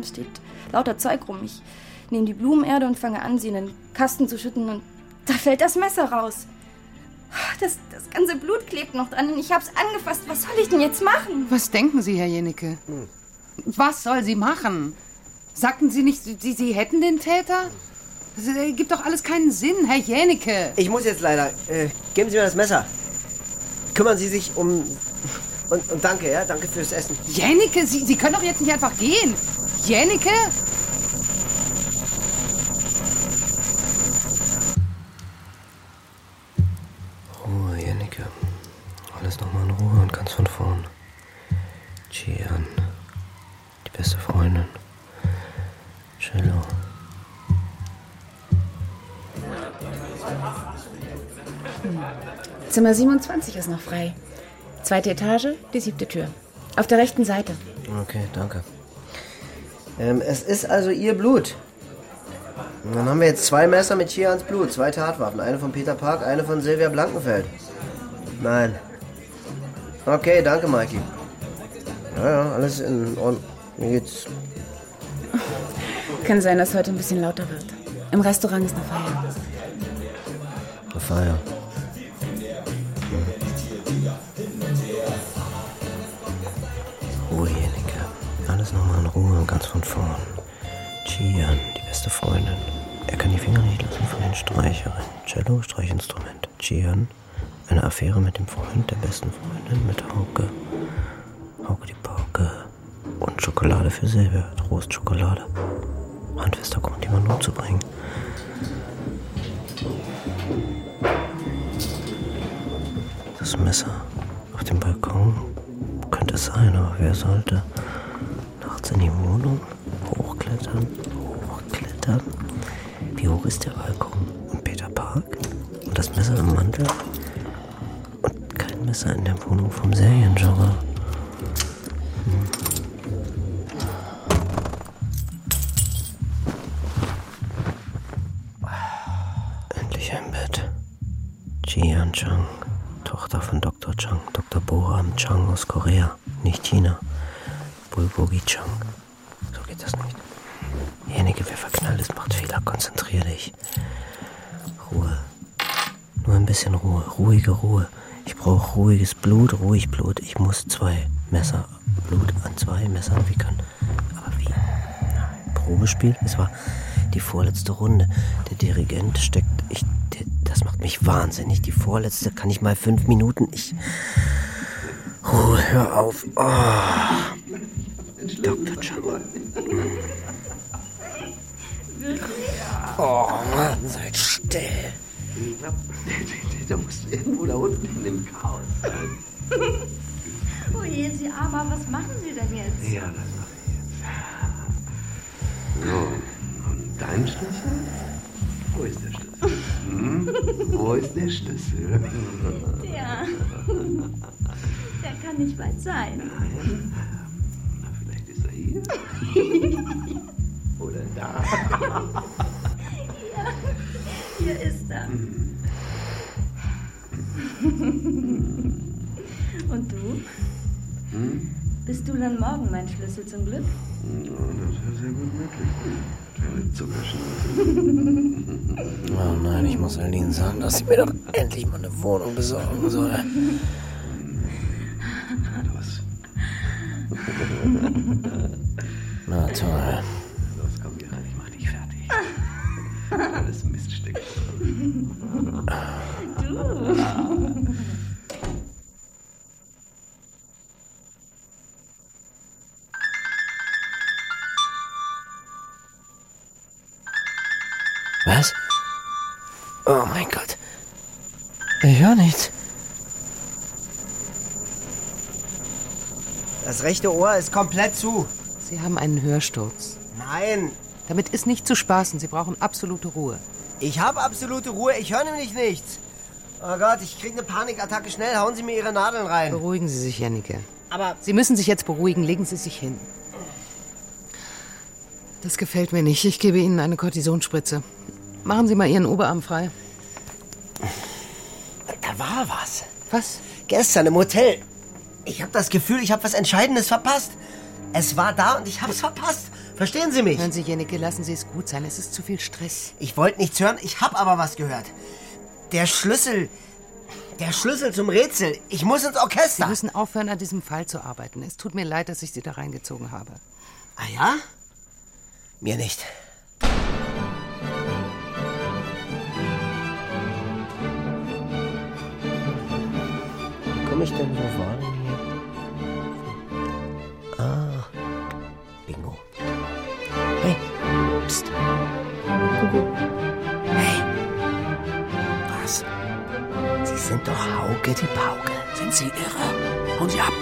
Speaker 9: Es steht lauter Zeug rum. Ich nehme die Blumenerde und fange an, sie in den Kasten zu schütten und da fällt das Messer raus. Das, das ganze Blut klebt noch dran und ich hab's angefasst. Was soll ich denn jetzt machen?
Speaker 5: Was denken Sie, Herr Jenecke? Was soll sie machen? Sagten Sie nicht, Sie, sie hätten den Täter? Das äh, gibt doch alles keinen Sinn, Herr Jenecke.
Speaker 2: Ich muss jetzt leider. Äh, geben Sie mir das Messer. Kümmern Sie sich um. Und, und danke, ja? Danke fürs Essen.
Speaker 5: Jenecke, sie, sie können doch jetzt nicht einfach gehen. Jenecke?
Speaker 2: Ruhe, Jennike. Oh, Alles nochmal in Ruhe und ganz von vorn. Gian. Die beste Freundin. Cello.
Speaker 20: Zimmer 27 ist noch frei. Zweite Etage, die siebte Tür. Auf der rechten Seite.
Speaker 2: Okay, danke. Ähm, es ist also Ihr Blut. Und Dann haben wir jetzt zwei Messer mit Chians Blut, zwei Tatwaffen. Eine von Peter Park, eine von Silvia Blankenfeld. Nein. Okay, danke, Mikey. Ja, ja, alles in Ordnung. Mir geht's.
Speaker 20: Kann sein, dass heute ein bisschen lauter wird. Im Restaurant ist noch Feier.
Speaker 2: Eine Feier. Hm. Ruhe, Jenike. Alles nochmal in Ruhe und ganz von vorn. Gian, die beste Freundin. Er kann die Finger nicht lassen von den Streicherinnen. Cello, Streichinstrument. Gian, eine Affäre mit dem Freund der besten Freundin, mit Hauke. Hauke die Pauke. Und Schokolade für Silvia. Trostschokolade. Handfester Grund, jemanden umzubringen. Das Messer auf dem Balkon könnte es sein, aber wer sollte nachts in die Wohnung hochklettern, hochklettern? Wie hoch ist der Balkon? Und Peter Park? Und das Messer im Mantel? Und kein Messer in der Wohnung vom Serienjogger. Hm. Endlich im Bett. Jian Chang, Tochter von Dr. Chang, Dr. Boram Chang aus Korea, nicht China. Bulgogi Chang. So geht das nicht. Jenige, wer verknallt ist, macht Fehler. Konzentrier dich. Ruhe. Nur ein bisschen Ruhe. Ruhige Ruhe. Ich brauche ruhiges Blut, ruhig Blut. Ich muss zwei Messer, Blut an zwei Messern wickeln. Aber wie? Nein. Probespiel? Es war die vorletzte Runde. Der Dirigent steckt. Ich, der, das macht mich wahnsinnig. Die vorletzte kann ich mal fünf Ah. Minuten. Ich. Ruhe, hör auf. Oh.
Speaker 12: Dr. Chang.
Speaker 1: Oh Mann, seid still. Ich glaub, der muss irgendwo da unten in dem Chaos sein.
Speaker 21: Oh je, Sie Armer, was machen Sie denn jetzt?
Speaker 1: Ja, das mache ich jetzt. So, und dein Schlüssel? Wo ist der Schlüssel? Hm? Wo ist der Schlüssel?
Speaker 21: Der. Der kann nicht weit sein.
Speaker 1: Vielleicht ist er hier. Oder da.
Speaker 21: Ja, hier ist er.
Speaker 1: Hm.
Speaker 21: Und du?
Speaker 1: Hm?
Speaker 21: Bist du dann morgen mein Schlüssel zum Glück?
Speaker 1: Ja, das ist sehr gut möglich. Kleine Zuckerschnauze.
Speaker 12: Oh nein, ich muss Aline sagen, dass sie mir doch endlich mal eine Wohnung besorgen soll. Na toll.
Speaker 1: Los, komm hier rein, ich mach dich fertig. Alles Miststück.
Speaker 21: Du.
Speaker 12: Was? Oh mein Gott. Ich höre nichts.
Speaker 2: Das rechte Ohr ist komplett zu.
Speaker 5: Sie haben einen Hörsturz.
Speaker 2: Nein.
Speaker 5: Damit ist nicht zu spaßen. Sie brauchen absolute Ruhe.
Speaker 2: Ich habe absolute Ruhe, ich höre nämlich nichts. Oh Gott, ich kriege eine Panikattacke. Schnell, hauen Sie mir Ihre Nadeln rein.
Speaker 5: Beruhigen Sie sich, Jannike.
Speaker 2: Aber
Speaker 5: Sie müssen sich jetzt beruhigen. Legen Sie sich hin. Das gefällt mir nicht. Ich gebe Ihnen eine Kortisonspritze. Machen Sie mal Ihren Oberarm frei.
Speaker 2: da war was.
Speaker 5: Was?
Speaker 2: Gestern im Hotel. Ich habe das Gefühl, ich habe was Entscheidendes verpasst. Es war da und ich habe es verpasst. Verstehen Sie mich?
Speaker 5: Hören Sie, Jennecke, lassen Sie es gut sein. Es ist zu viel Stress.
Speaker 2: Ich wollte nichts hören, ich habe aber was gehört. Der Schlüssel. Der Schlüssel zum Rätsel. Ich muss ins Orchester.
Speaker 5: Sie müssen aufhören, an diesem Fall zu arbeiten. Es tut mir leid, dass ich Sie da reingezogen habe.
Speaker 2: Ah ja? Mir nicht.
Speaker 12: Komme ich denn so voran hier? Ah, Bingo. Hey, pst. Kuckuck. Hey, was? Sie sind doch Hauke die Pauke. Sind Sie irre? Hauen Sie ab.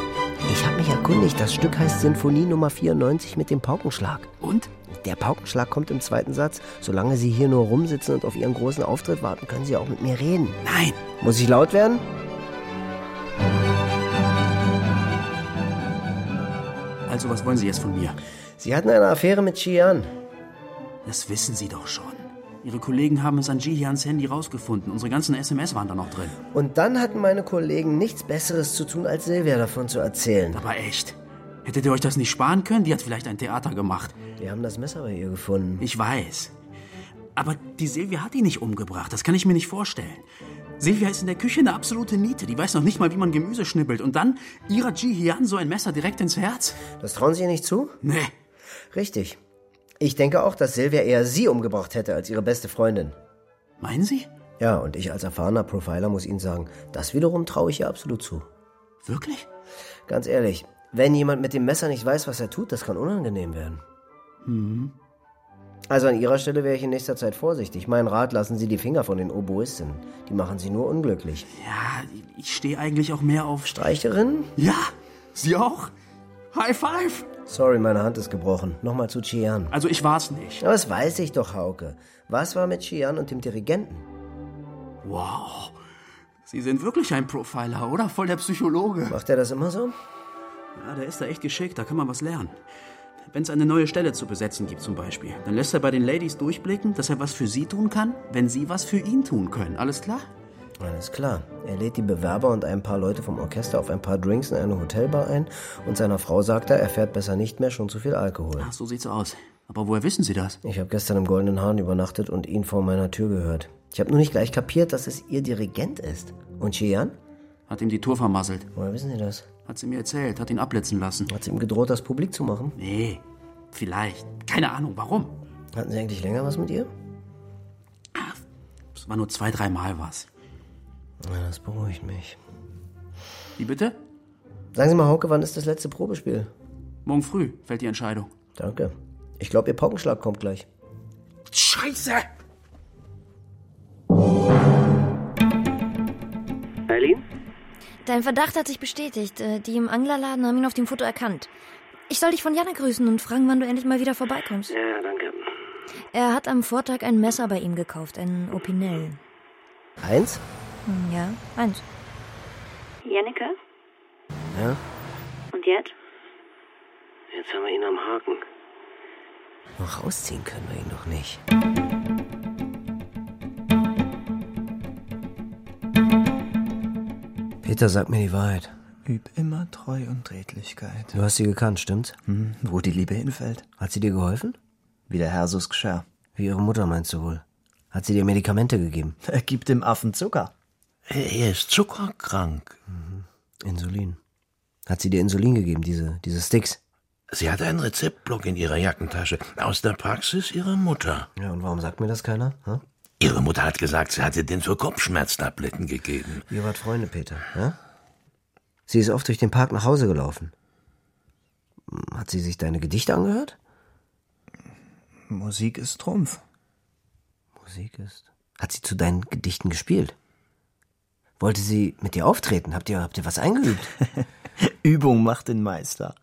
Speaker 2: Ich habe mich erkundigt. Das Stück heißt Sinfonie Nummer 94 mit dem Paukenschlag.
Speaker 12: Und?
Speaker 2: Der Paukenschlag kommt im zweiten Satz. Solange Sie hier nur rumsitzen und auf Ihren großen Auftritt warten, können Sie auch mit mir reden.
Speaker 12: Nein.
Speaker 2: Muss ich laut werden?
Speaker 12: Also, was wollen Sie jetzt von mir?
Speaker 2: Sie hatten eine Affäre mit Chian.
Speaker 12: Das wissen Sie doch schon. Ihre Kollegen haben es an Jihans Handy rausgefunden. Unsere ganzen SMS waren da noch drin.
Speaker 2: Und dann hatten meine Kollegen nichts Besseres zu tun, als Silvia davon zu erzählen.
Speaker 12: Aber echt. Hättet ihr euch das nicht sparen können? Die hat vielleicht ein Theater gemacht.
Speaker 2: Wir haben das Messer bei ihr gefunden.
Speaker 12: Ich weiß. Aber die Silvia hat ihn nicht umgebracht. Das kann ich mir nicht vorstellen. Silvia ist in der Küche eine absolute Niete. Die weiß noch nicht mal, wie man Gemüse schnippelt. Und dann ihrer Jihian so ein Messer direkt ins Herz?
Speaker 2: Das trauen Sie ihr nicht zu?
Speaker 12: Nee.
Speaker 2: Richtig. Ich denke auch, dass Silvia eher sie umgebracht hätte als ihre beste Freundin.
Speaker 12: Meinen Sie?
Speaker 2: Ja, und ich als erfahrener Profiler muss Ihnen sagen, das wiederum traue ich ihr absolut zu.
Speaker 12: Wirklich?
Speaker 2: Ganz ehrlich, wenn jemand mit dem Messer nicht weiß, was er tut, das kann unangenehm werden.
Speaker 12: Hm.
Speaker 2: Also an Ihrer Stelle wäre ich in nächster Zeit vorsichtig. Mein Rat, lassen Sie die Finger von den Oboistinnen. Die machen Sie nur unglücklich.
Speaker 12: Ja, ich stehe eigentlich auch mehr auf.
Speaker 2: Streicherin?
Speaker 12: Ja, Sie auch? High five!
Speaker 2: Sorry, meine Hand ist gebrochen. Nochmal zu Chian.
Speaker 12: Also ich war's nicht.
Speaker 2: Das weiß ich doch, Hauke. Was war mit Chian und dem Dirigenten?
Speaker 12: Wow. Sie sind wirklich ein Profiler, oder? Voll der Psychologe.
Speaker 2: Macht er das immer so?
Speaker 12: Ja, der ist da echt geschickt, da kann man was lernen. Wenn es eine neue Stelle zu besetzen gibt zum Beispiel, dann lässt er bei den Ladies durchblicken, dass er was für sie tun kann, wenn sie was für ihn tun können. Alles klar?
Speaker 2: Alles klar. Er lädt die Bewerber und ein paar Leute vom Orchester auf ein paar Drinks in eine Hotelbar ein und seiner Frau sagt er, er fährt besser nicht mehr, schon zu viel Alkohol.
Speaker 12: Ach, so sieht's aus. Aber woher wissen Sie das?
Speaker 2: Ich habe gestern im Goldenen Hahn übernachtet und ihn vor meiner Tür gehört. Ich habe nur nicht gleich kapiert, dass es ihr Dirigent ist. Und Cheyenne?
Speaker 12: Hat ihm die Tour vermasselt.
Speaker 2: Woher wissen Sie das?
Speaker 12: Hat sie mir erzählt, hat ihn abblitzen lassen.
Speaker 2: Hat sie ihm gedroht, das publik zu machen?
Speaker 12: Nee, vielleicht. Keine Ahnung, warum.
Speaker 2: Hatten Sie eigentlich länger was mit ihr?
Speaker 12: Es war nur zwei, dreimal was.
Speaker 2: Na, das beruhigt mich.
Speaker 12: Wie bitte?
Speaker 2: Sagen Sie mal, Hauke, wann ist das letzte Probespiel?
Speaker 22: Morgen früh fällt die Entscheidung.
Speaker 2: Danke. Ich glaube, ihr Pockenschlag kommt gleich.
Speaker 22: Scheiße!
Speaker 23: Eileen?
Speaker 4: Dein Verdacht hat sich bestätigt. Äh, Die im Anglerladen haben ihn auf dem Foto erkannt. Ich soll dich von Jana grüßen und fragen, wann du endlich mal wieder vorbeikommst.
Speaker 23: Ja, danke.
Speaker 4: Er hat am Vortag ein Messer bei ihm gekauft, ein Opinel.
Speaker 2: Eins?
Speaker 4: Hm, Ja, eins.
Speaker 6: Jennecke?
Speaker 12: Ja?
Speaker 6: Und jetzt?
Speaker 12: Jetzt haben wir ihn am Haken. Noch rausziehen können wir ihn noch nicht.
Speaker 2: Peter, sag mir die Wahrheit.
Speaker 24: Üb immer Treu und Redlichkeit.
Speaker 2: Du hast sie gekannt, stimmt's?
Speaker 24: Hm, wo die Liebe hinfällt.
Speaker 2: Hat sie dir geholfen?
Speaker 24: Wie der Hersus geschah.
Speaker 2: Wie ihre Mutter meinst du wohl? Hat sie dir Medikamente gegeben?
Speaker 24: Er gibt dem Affen Zucker.
Speaker 2: Er ist zuckerkrank. Mhm. Insulin. Hat sie dir Insulin gegeben, diese, diese Sticks?
Speaker 14: Sie hat einen Rezeptblock in ihrer Jackentasche aus der Praxis ihrer Mutter.
Speaker 2: Ja, und warum sagt mir das keiner? Hm?
Speaker 14: Ihre Mutter hat gesagt, sie hatte den für Kopfschmerztabletten gegeben.
Speaker 2: Ihr wart Freunde, Peter, ja? Sie ist oft durch den Park nach Hause gelaufen. Hat sie sich deine Gedichte angehört?
Speaker 24: Musik ist Trumpf.
Speaker 2: Musik ist. Hat sie zu deinen Gedichten gespielt? Wollte sie mit dir auftreten? Habt ihr, habt ihr was eingeübt?
Speaker 24: Übung macht den Meister.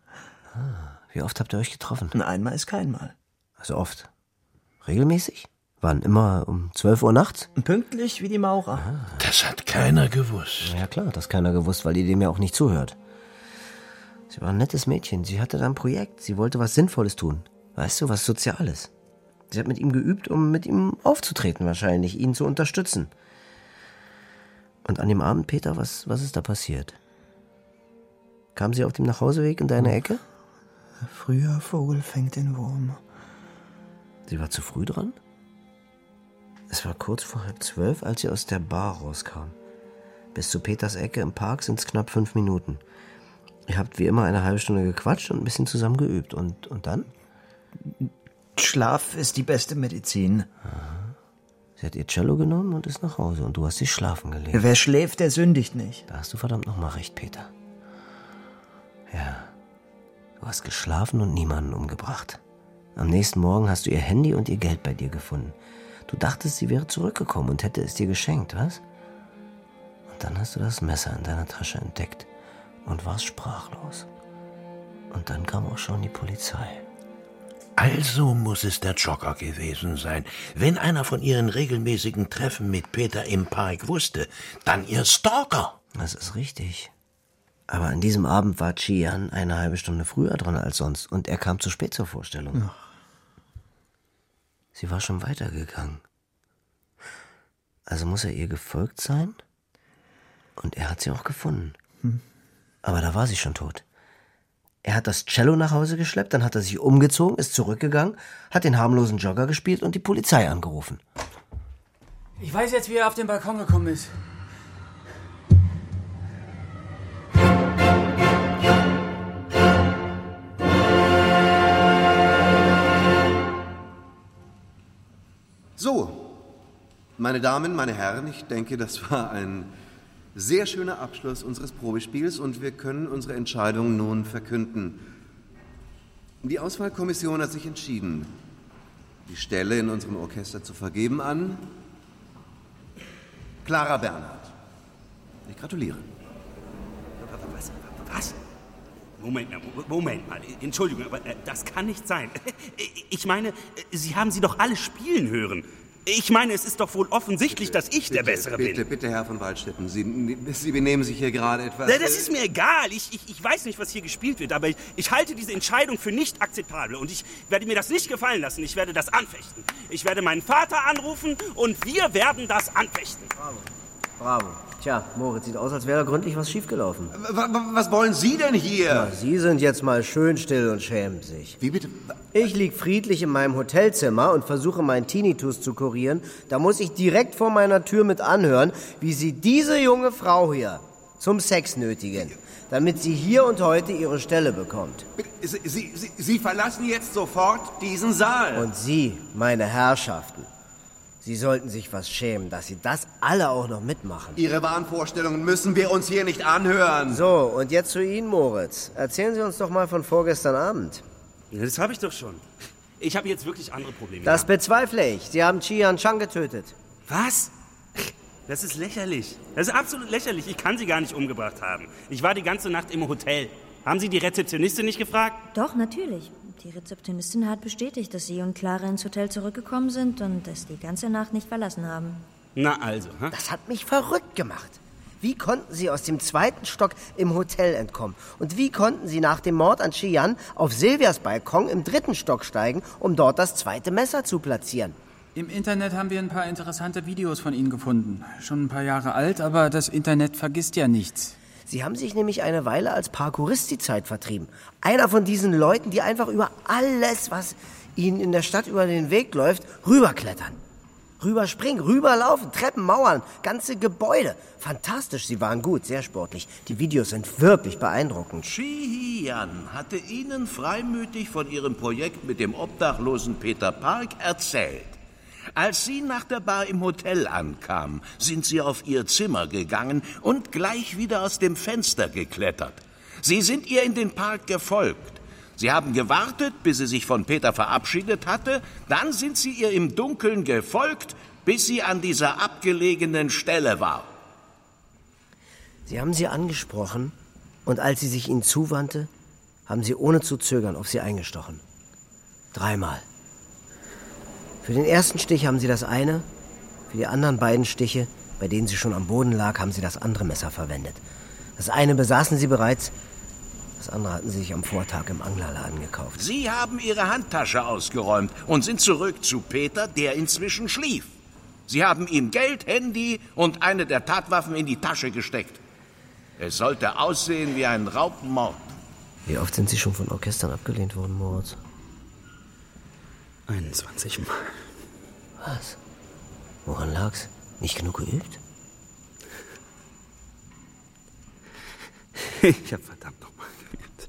Speaker 2: Ah, Wie oft habt ihr euch getroffen?
Speaker 24: Einmal ist keinmal.
Speaker 2: Also oft. Regelmäßig? Wann? Immer um 12 Uhr nachts?
Speaker 24: Pünktlich wie die Maurer.
Speaker 12: Ah.
Speaker 14: Das hat keiner gewusst.
Speaker 2: Ja klar, hat das keiner gewusst, weil ihr dem ja auch nicht zuhört. Sie war ein nettes Mädchen, sie hatte da ein Projekt, sie wollte was Sinnvolles tun. Weißt du, was Soziales. Sie hat mit ihm geübt, um mit ihm aufzutreten wahrscheinlich, ihn zu unterstützen. Und an dem Abend, Peter, was, was ist da passiert? Kam sie auf dem Nachhauseweg in
Speaker 14: Hm.
Speaker 2: deine Ecke?
Speaker 24: Früher Vogel fängt den Wurm.
Speaker 2: Sie war zu früh dran? Es war kurz vor halb zwölf, als sie aus der Bar rauskam. Bis zu Peters Ecke im Park sind es knapp fünf Minuten. Ihr habt wie immer eine halbe Stunde gequatscht und ein bisschen zusammen geübt. Und, und dann?
Speaker 24: Schlaf ist die beste Medizin.
Speaker 2: Sie hat ihr Cello genommen und ist nach Hause. Und du hast sie schlafen gelegt.
Speaker 24: Wer schläft, der sündigt nicht.
Speaker 2: Da hast du verdammt nochmal recht, Peter. Ja. Du hast geschlafen und niemanden umgebracht. Am nächsten Morgen hast du ihr Handy und ihr Geld bei dir gefunden. Du dachtest, sie wäre zurückgekommen und hätte es dir geschenkt, was? Und dann hast du das Messer in deiner Tasche entdeckt und warst sprachlos. Und dann kam auch schon die Polizei.
Speaker 14: Also muss es der Jogger gewesen sein. Wenn einer von ihren regelmäßigen Treffen mit Peter im Park wusste, dann ihr Stalker.
Speaker 2: Das ist richtig. Aber an diesem Abend war Chian eine halbe Stunde früher dran als sonst und er kam zu spät zur Vorstellung. Sie war schon weitergegangen. Also muss er ihr gefolgt sein? Und er hat sie auch gefunden.
Speaker 24: Hm.
Speaker 2: Aber da war sie schon tot. Er hat das Cello nach Hause geschleppt, dann hat er sich umgezogen, ist zurückgegangen, hat den harmlosen Jogger gespielt und die Polizei angerufen.
Speaker 22: Ich weiß jetzt, wie er auf den Balkon gekommen ist.
Speaker 10: So, meine Damen, meine Herren, ich denke, das war ein sehr schöner Abschluss unseres Probespiels und wir können unsere Entscheidung nun verkünden. Die Auswahlkommission hat sich entschieden, die Stelle in unserem Orchester zu vergeben an Clara Bernhard. Ich gratuliere.
Speaker 11: Was? Was? Moment, mal, Mo- Moment mal. Entschuldigung, aber äh, das kann nicht sein. Ich meine, äh, Sie haben sie doch alle spielen hören. Ich meine, es ist doch wohl offensichtlich, dass ich der Bessere bin.
Speaker 10: Bitte, bitte, Herr von Waldstetten, Sie, Sie benehmen sich hier gerade etwas.
Speaker 11: Na, das ist mir egal. Ich, ich, ich weiß nicht, was hier gespielt wird, aber ich, ich halte diese Entscheidung für nicht akzeptabel und ich werde mir das nicht gefallen lassen. Ich werde das anfechten. Ich werde meinen Vater anrufen und wir werden das anfechten.
Speaker 2: Bravo. Tja, Moritz sieht aus, als wäre da gründlich was schiefgelaufen.
Speaker 10: Was wollen Sie denn hier?
Speaker 2: Sie sind jetzt mal schön still und schämen sich.
Speaker 10: Wie bitte?
Speaker 2: Ich lieg friedlich in meinem Hotelzimmer und versuche meinen Tinnitus zu kurieren. Da muss ich direkt vor meiner Tür mit anhören, wie Sie diese junge Frau hier zum Sex nötigen, damit sie hier und heute ihre Stelle bekommt.
Speaker 1: Sie, Sie, Sie, Sie verlassen jetzt sofort diesen Saal.
Speaker 2: Und Sie, meine Herrschaften, Sie sollten sich was schämen, dass Sie das alle auch noch mitmachen.
Speaker 10: Ihre Wahnvorstellungen müssen wir uns hier nicht anhören.
Speaker 2: So, und jetzt zu Ihnen, Moritz. Erzählen Sie uns doch mal von vorgestern Abend.
Speaker 11: Das habe ich doch schon. Ich habe jetzt wirklich andere Probleme.
Speaker 2: Das bezweifle ich. Sie haben Chian Chang getötet.
Speaker 11: Was? Das ist lächerlich. Das ist absolut lächerlich. Ich kann sie gar nicht umgebracht haben. Ich war die ganze Nacht im Hotel. Haben Sie die Rezeptionistin nicht gefragt?
Speaker 4: Doch, natürlich. Die Rezeptionistin hat bestätigt, dass Sie und Clara ins Hotel zurückgekommen sind und dass die ganze Nacht nicht verlassen haben.
Speaker 11: Na also, hä?
Speaker 2: Das hat mich verrückt gemacht. Wie konnten Sie aus dem zweiten Stock im Hotel entkommen? Und wie konnten Sie nach dem Mord an Chian auf Silvias Balkon im dritten Stock steigen, um dort das zweite Messer zu platzieren?
Speaker 25: Im Internet haben wir ein paar interessante Videos von Ihnen gefunden. Schon ein paar Jahre alt, aber das Internet vergisst ja nichts.
Speaker 2: Sie haben sich nämlich eine Weile als Parkourist die Zeit vertrieben. Einer von diesen Leuten, die einfach über alles, was ihnen in der Stadt über den Weg läuft, rüberklettern. Rüberspringen, rüberlaufen, Treppen, Mauern, ganze Gebäude. Fantastisch, sie waren gut, sehr sportlich. Die Videos sind wirklich beeindruckend.
Speaker 14: Chihian hatte Ihnen freimütig von Ihrem Projekt mit dem obdachlosen Peter Park erzählt. Als Sie nach der Bar im Hotel ankamen, sind Sie auf Ihr Zimmer gegangen und gleich wieder aus dem Fenster geklettert. Sie sind ihr in den Park gefolgt. Sie haben gewartet, bis sie sich von Peter verabschiedet hatte, dann sind Sie ihr im Dunkeln gefolgt, bis sie an dieser abgelegenen Stelle war.
Speaker 2: Sie haben sie angesprochen und als sie sich ihnen zuwandte, haben sie ohne zu zögern auf sie eingestochen. Dreimal. Für den ersten Stich haben sie das eine, für die anderen beiden Stiche, bei denen sie schon am Boden lag, haben sie das andere Messer verwendet. Das eine besaßen sie bereits, das andere hatten sie sich am Vortag im Anglerladen gekauft.
Speaker 14: Sie haben Ihre Handtasche ausgeräumt und sind zurück zu Peter, der inzwischen schlief. Sie haben ihm Geld, Handy und eine der Tatwaffen in die Tasche gesteckt. Es sollte aussehen wie ein Raubmord.
Speaker 12: Wie oft sind Sie schon von Orchestern abgelehnt worden, Moritz?
Speaker 26: 21 Mal.
Speaker 12: Was? Woran lag's? Nicht genug geübt?
Speaker 11: Ich habe verdammt nochmal geübt.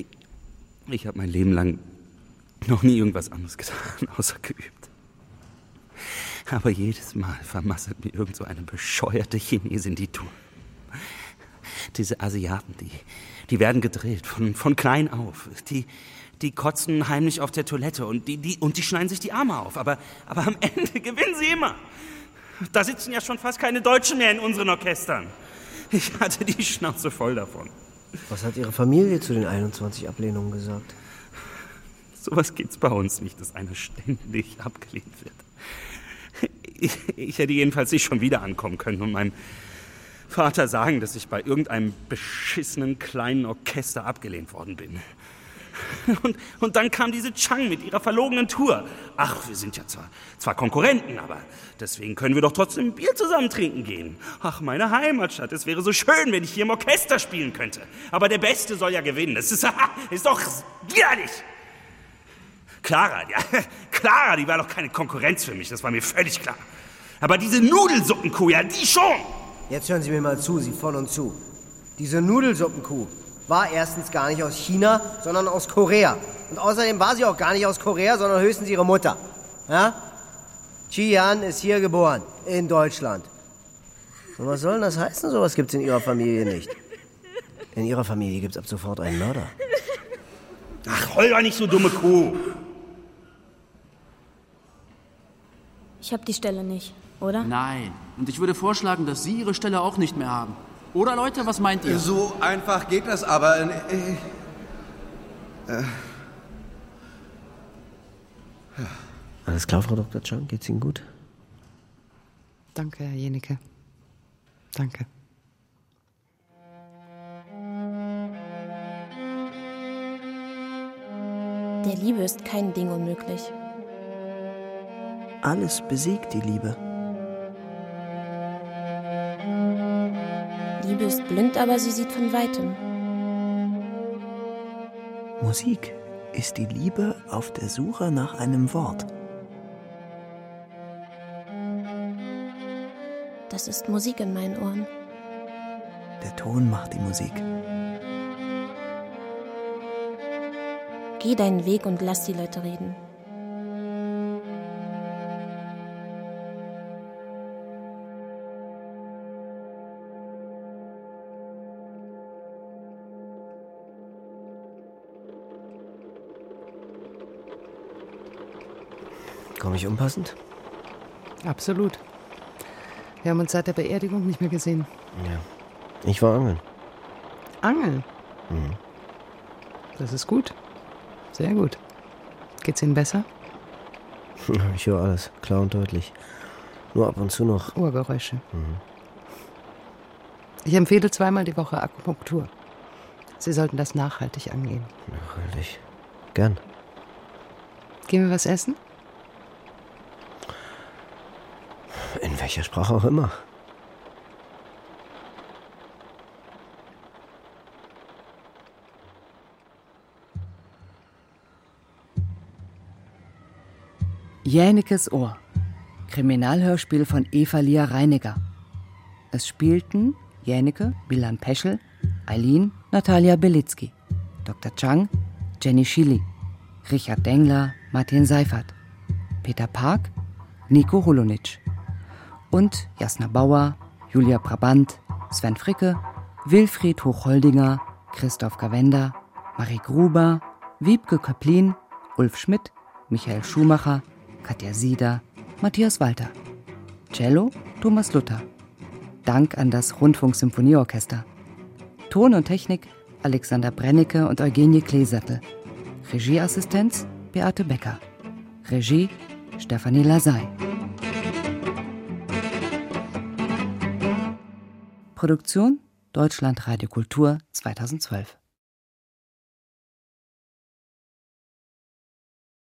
Speaker 11: Ich- Ich habe mein Leben lang noch nie irgendwas anderes getan, außer geübt. Aber jedes Mal vermasselt mir irgend so eine bescheuerte Chinesin die Tour. Diese Asiaten, die, die werden gedrillt von, von klein auf. Die, die kotzen heimlich auf der Toilette und die, die, und die schneiden sich die Arme auf. Aber, aber am Ende gewinnen sie immer. Da sitzen ja schon fast keine Deutschen mehr in unseren Orchestern. Ich hatte die Schnauze voll davon.
Speaker 12: Was hat Ihre Familie zu den 21 Ablehnungen gesagt?
Speaker 11: Sowas geht's bei uns nicht, dass einer ständig abgelehnt wird. Ich, ich hätte jedenfalls nicht schon wieder ankommen können und meinem Vater sagen, dass ich bei irgendeinem beschissenen kleinen Orchester abgelehnt worden bin. Und, und dann kam diese Chang mit ihrer verlogenen Tour. Ach, wir sind ja zwar, zwar Konkurrenten, aber deswegen können wir doch trotzdem ein Bier zusammen trinken gehen. Ach, meine Heimatstadt, es wäre so schön, wenn ich hier im Orchester spielen könnte. Aber der Beste soll ja gewinnen. Das ist, ist doch widerlich. Clara, ja, Clara, die war doch keine Konkurrenz für mich, das war mir völlig klar. Aber diese Nudelsuppenkuh, ja, die schon!
Speaker 2: Jetzt hören Sie mir mal zu, Sie von und zu. Diese Nudelsuppenkuh war erstens gar nicht aus China, sondern aus Korea. Und außerdem war sie auch gar nicht aus Korea, sondern höchstens ihre Mutter. Ja? Qian ist hier geboren, in Deutschland. Und was soll denn das heißen? Sowas gibt's in Ihrer Familie nicht. In Ihrer Familie gibt's ab sofort einen Mörder.
Speaker 11: Ach, heul doch nicht so dumme Kuh!
Speaker 9: Ich habe die Stelle nicht, oder?
Speaker 25: Nein. Und ich würde vorschlagen, dass Sie Ihre Stelle auch nicht mehr haben. Oder Leute, was meint ihr?
Speaker 10: So einfach geht das aber. Äh, äh,
Speaker 12: Alles klar, Frau Dr. Chang? Geht's Ihnen gut?
Speaker 5: Danke, Herr Jenike. Danke.
Speaker 20: Der Liebe ist kein Ding unmöglich.
Speaker 12: Alles besiegt die Liebe.
Speaker 20: Liebe ist blind, aber sie sieht von weitem.
Speaker 12: Musik ist die Liebe auf der Suche nach einem Wort.
Speaker 20: Das ist Musik in meinen Ohren.
Speaker 12: Der Ton macht die Musik.
Speaker 20: Geh deinen Weg und lass die Leute reden.
Speaker 2: Komme ich unpassend?
Speaker 5: Absolut. Wir haben uns seit der Beerdigung nicht mehr gesehen.
Speaker 2: Ja. Ich war angeln.
Speaker 5: Angeln,
Speaker 12: Hm.
Speaker 2: Mhm.
Speaker 5: das ist gut. Sehr gut. Geht's Ihnen besser?
Speaker 2: Ich höre alles, klar und deutlich. Nur ab und zu noch.
Speaker 5: Oh. Ohrgeräusche.
Speaker 2: Mhm.
Speaker 5: Ich empfehle zweimal die Woche Akupunktur. Sie sollten das nachhaltig angehen.
Speaker 2: Nachhaltig. Gern.
Speaker 5: Gehen wir was essen?
Speaker 2: In welcher Sprache auch immer.
Speaker 3: Jänekes Ohr. Kriminalhörspiel von Eva-Lia Reiniger. Es spielten Jäneke, Milan Peschel, Eileen, Natalia Belitzky, Dr. Chang, Jenny Schilly, Richard Dengler, Martin Seifert, Peter Park, Nico Holonitsch und Jasna Bauer, Julia Brabant, Sven Fricke, Wilfried Hochholdinger, Christoph Gawenda, Marie Gruber, Wiebke Köplin, Ulf Schmidt, Michael Schumacher, Katja Sieder, Matthias Walter. Cello Thomas Luther. Dank an das Rundfunksymphonieorchester. Ton und Technik Alexander Brennecke und Eugenie Kleesattel. Regieassistenz Beate Becker. Regie Stefanie Lasey. Produktion Deutschlandradio Kultur 2012.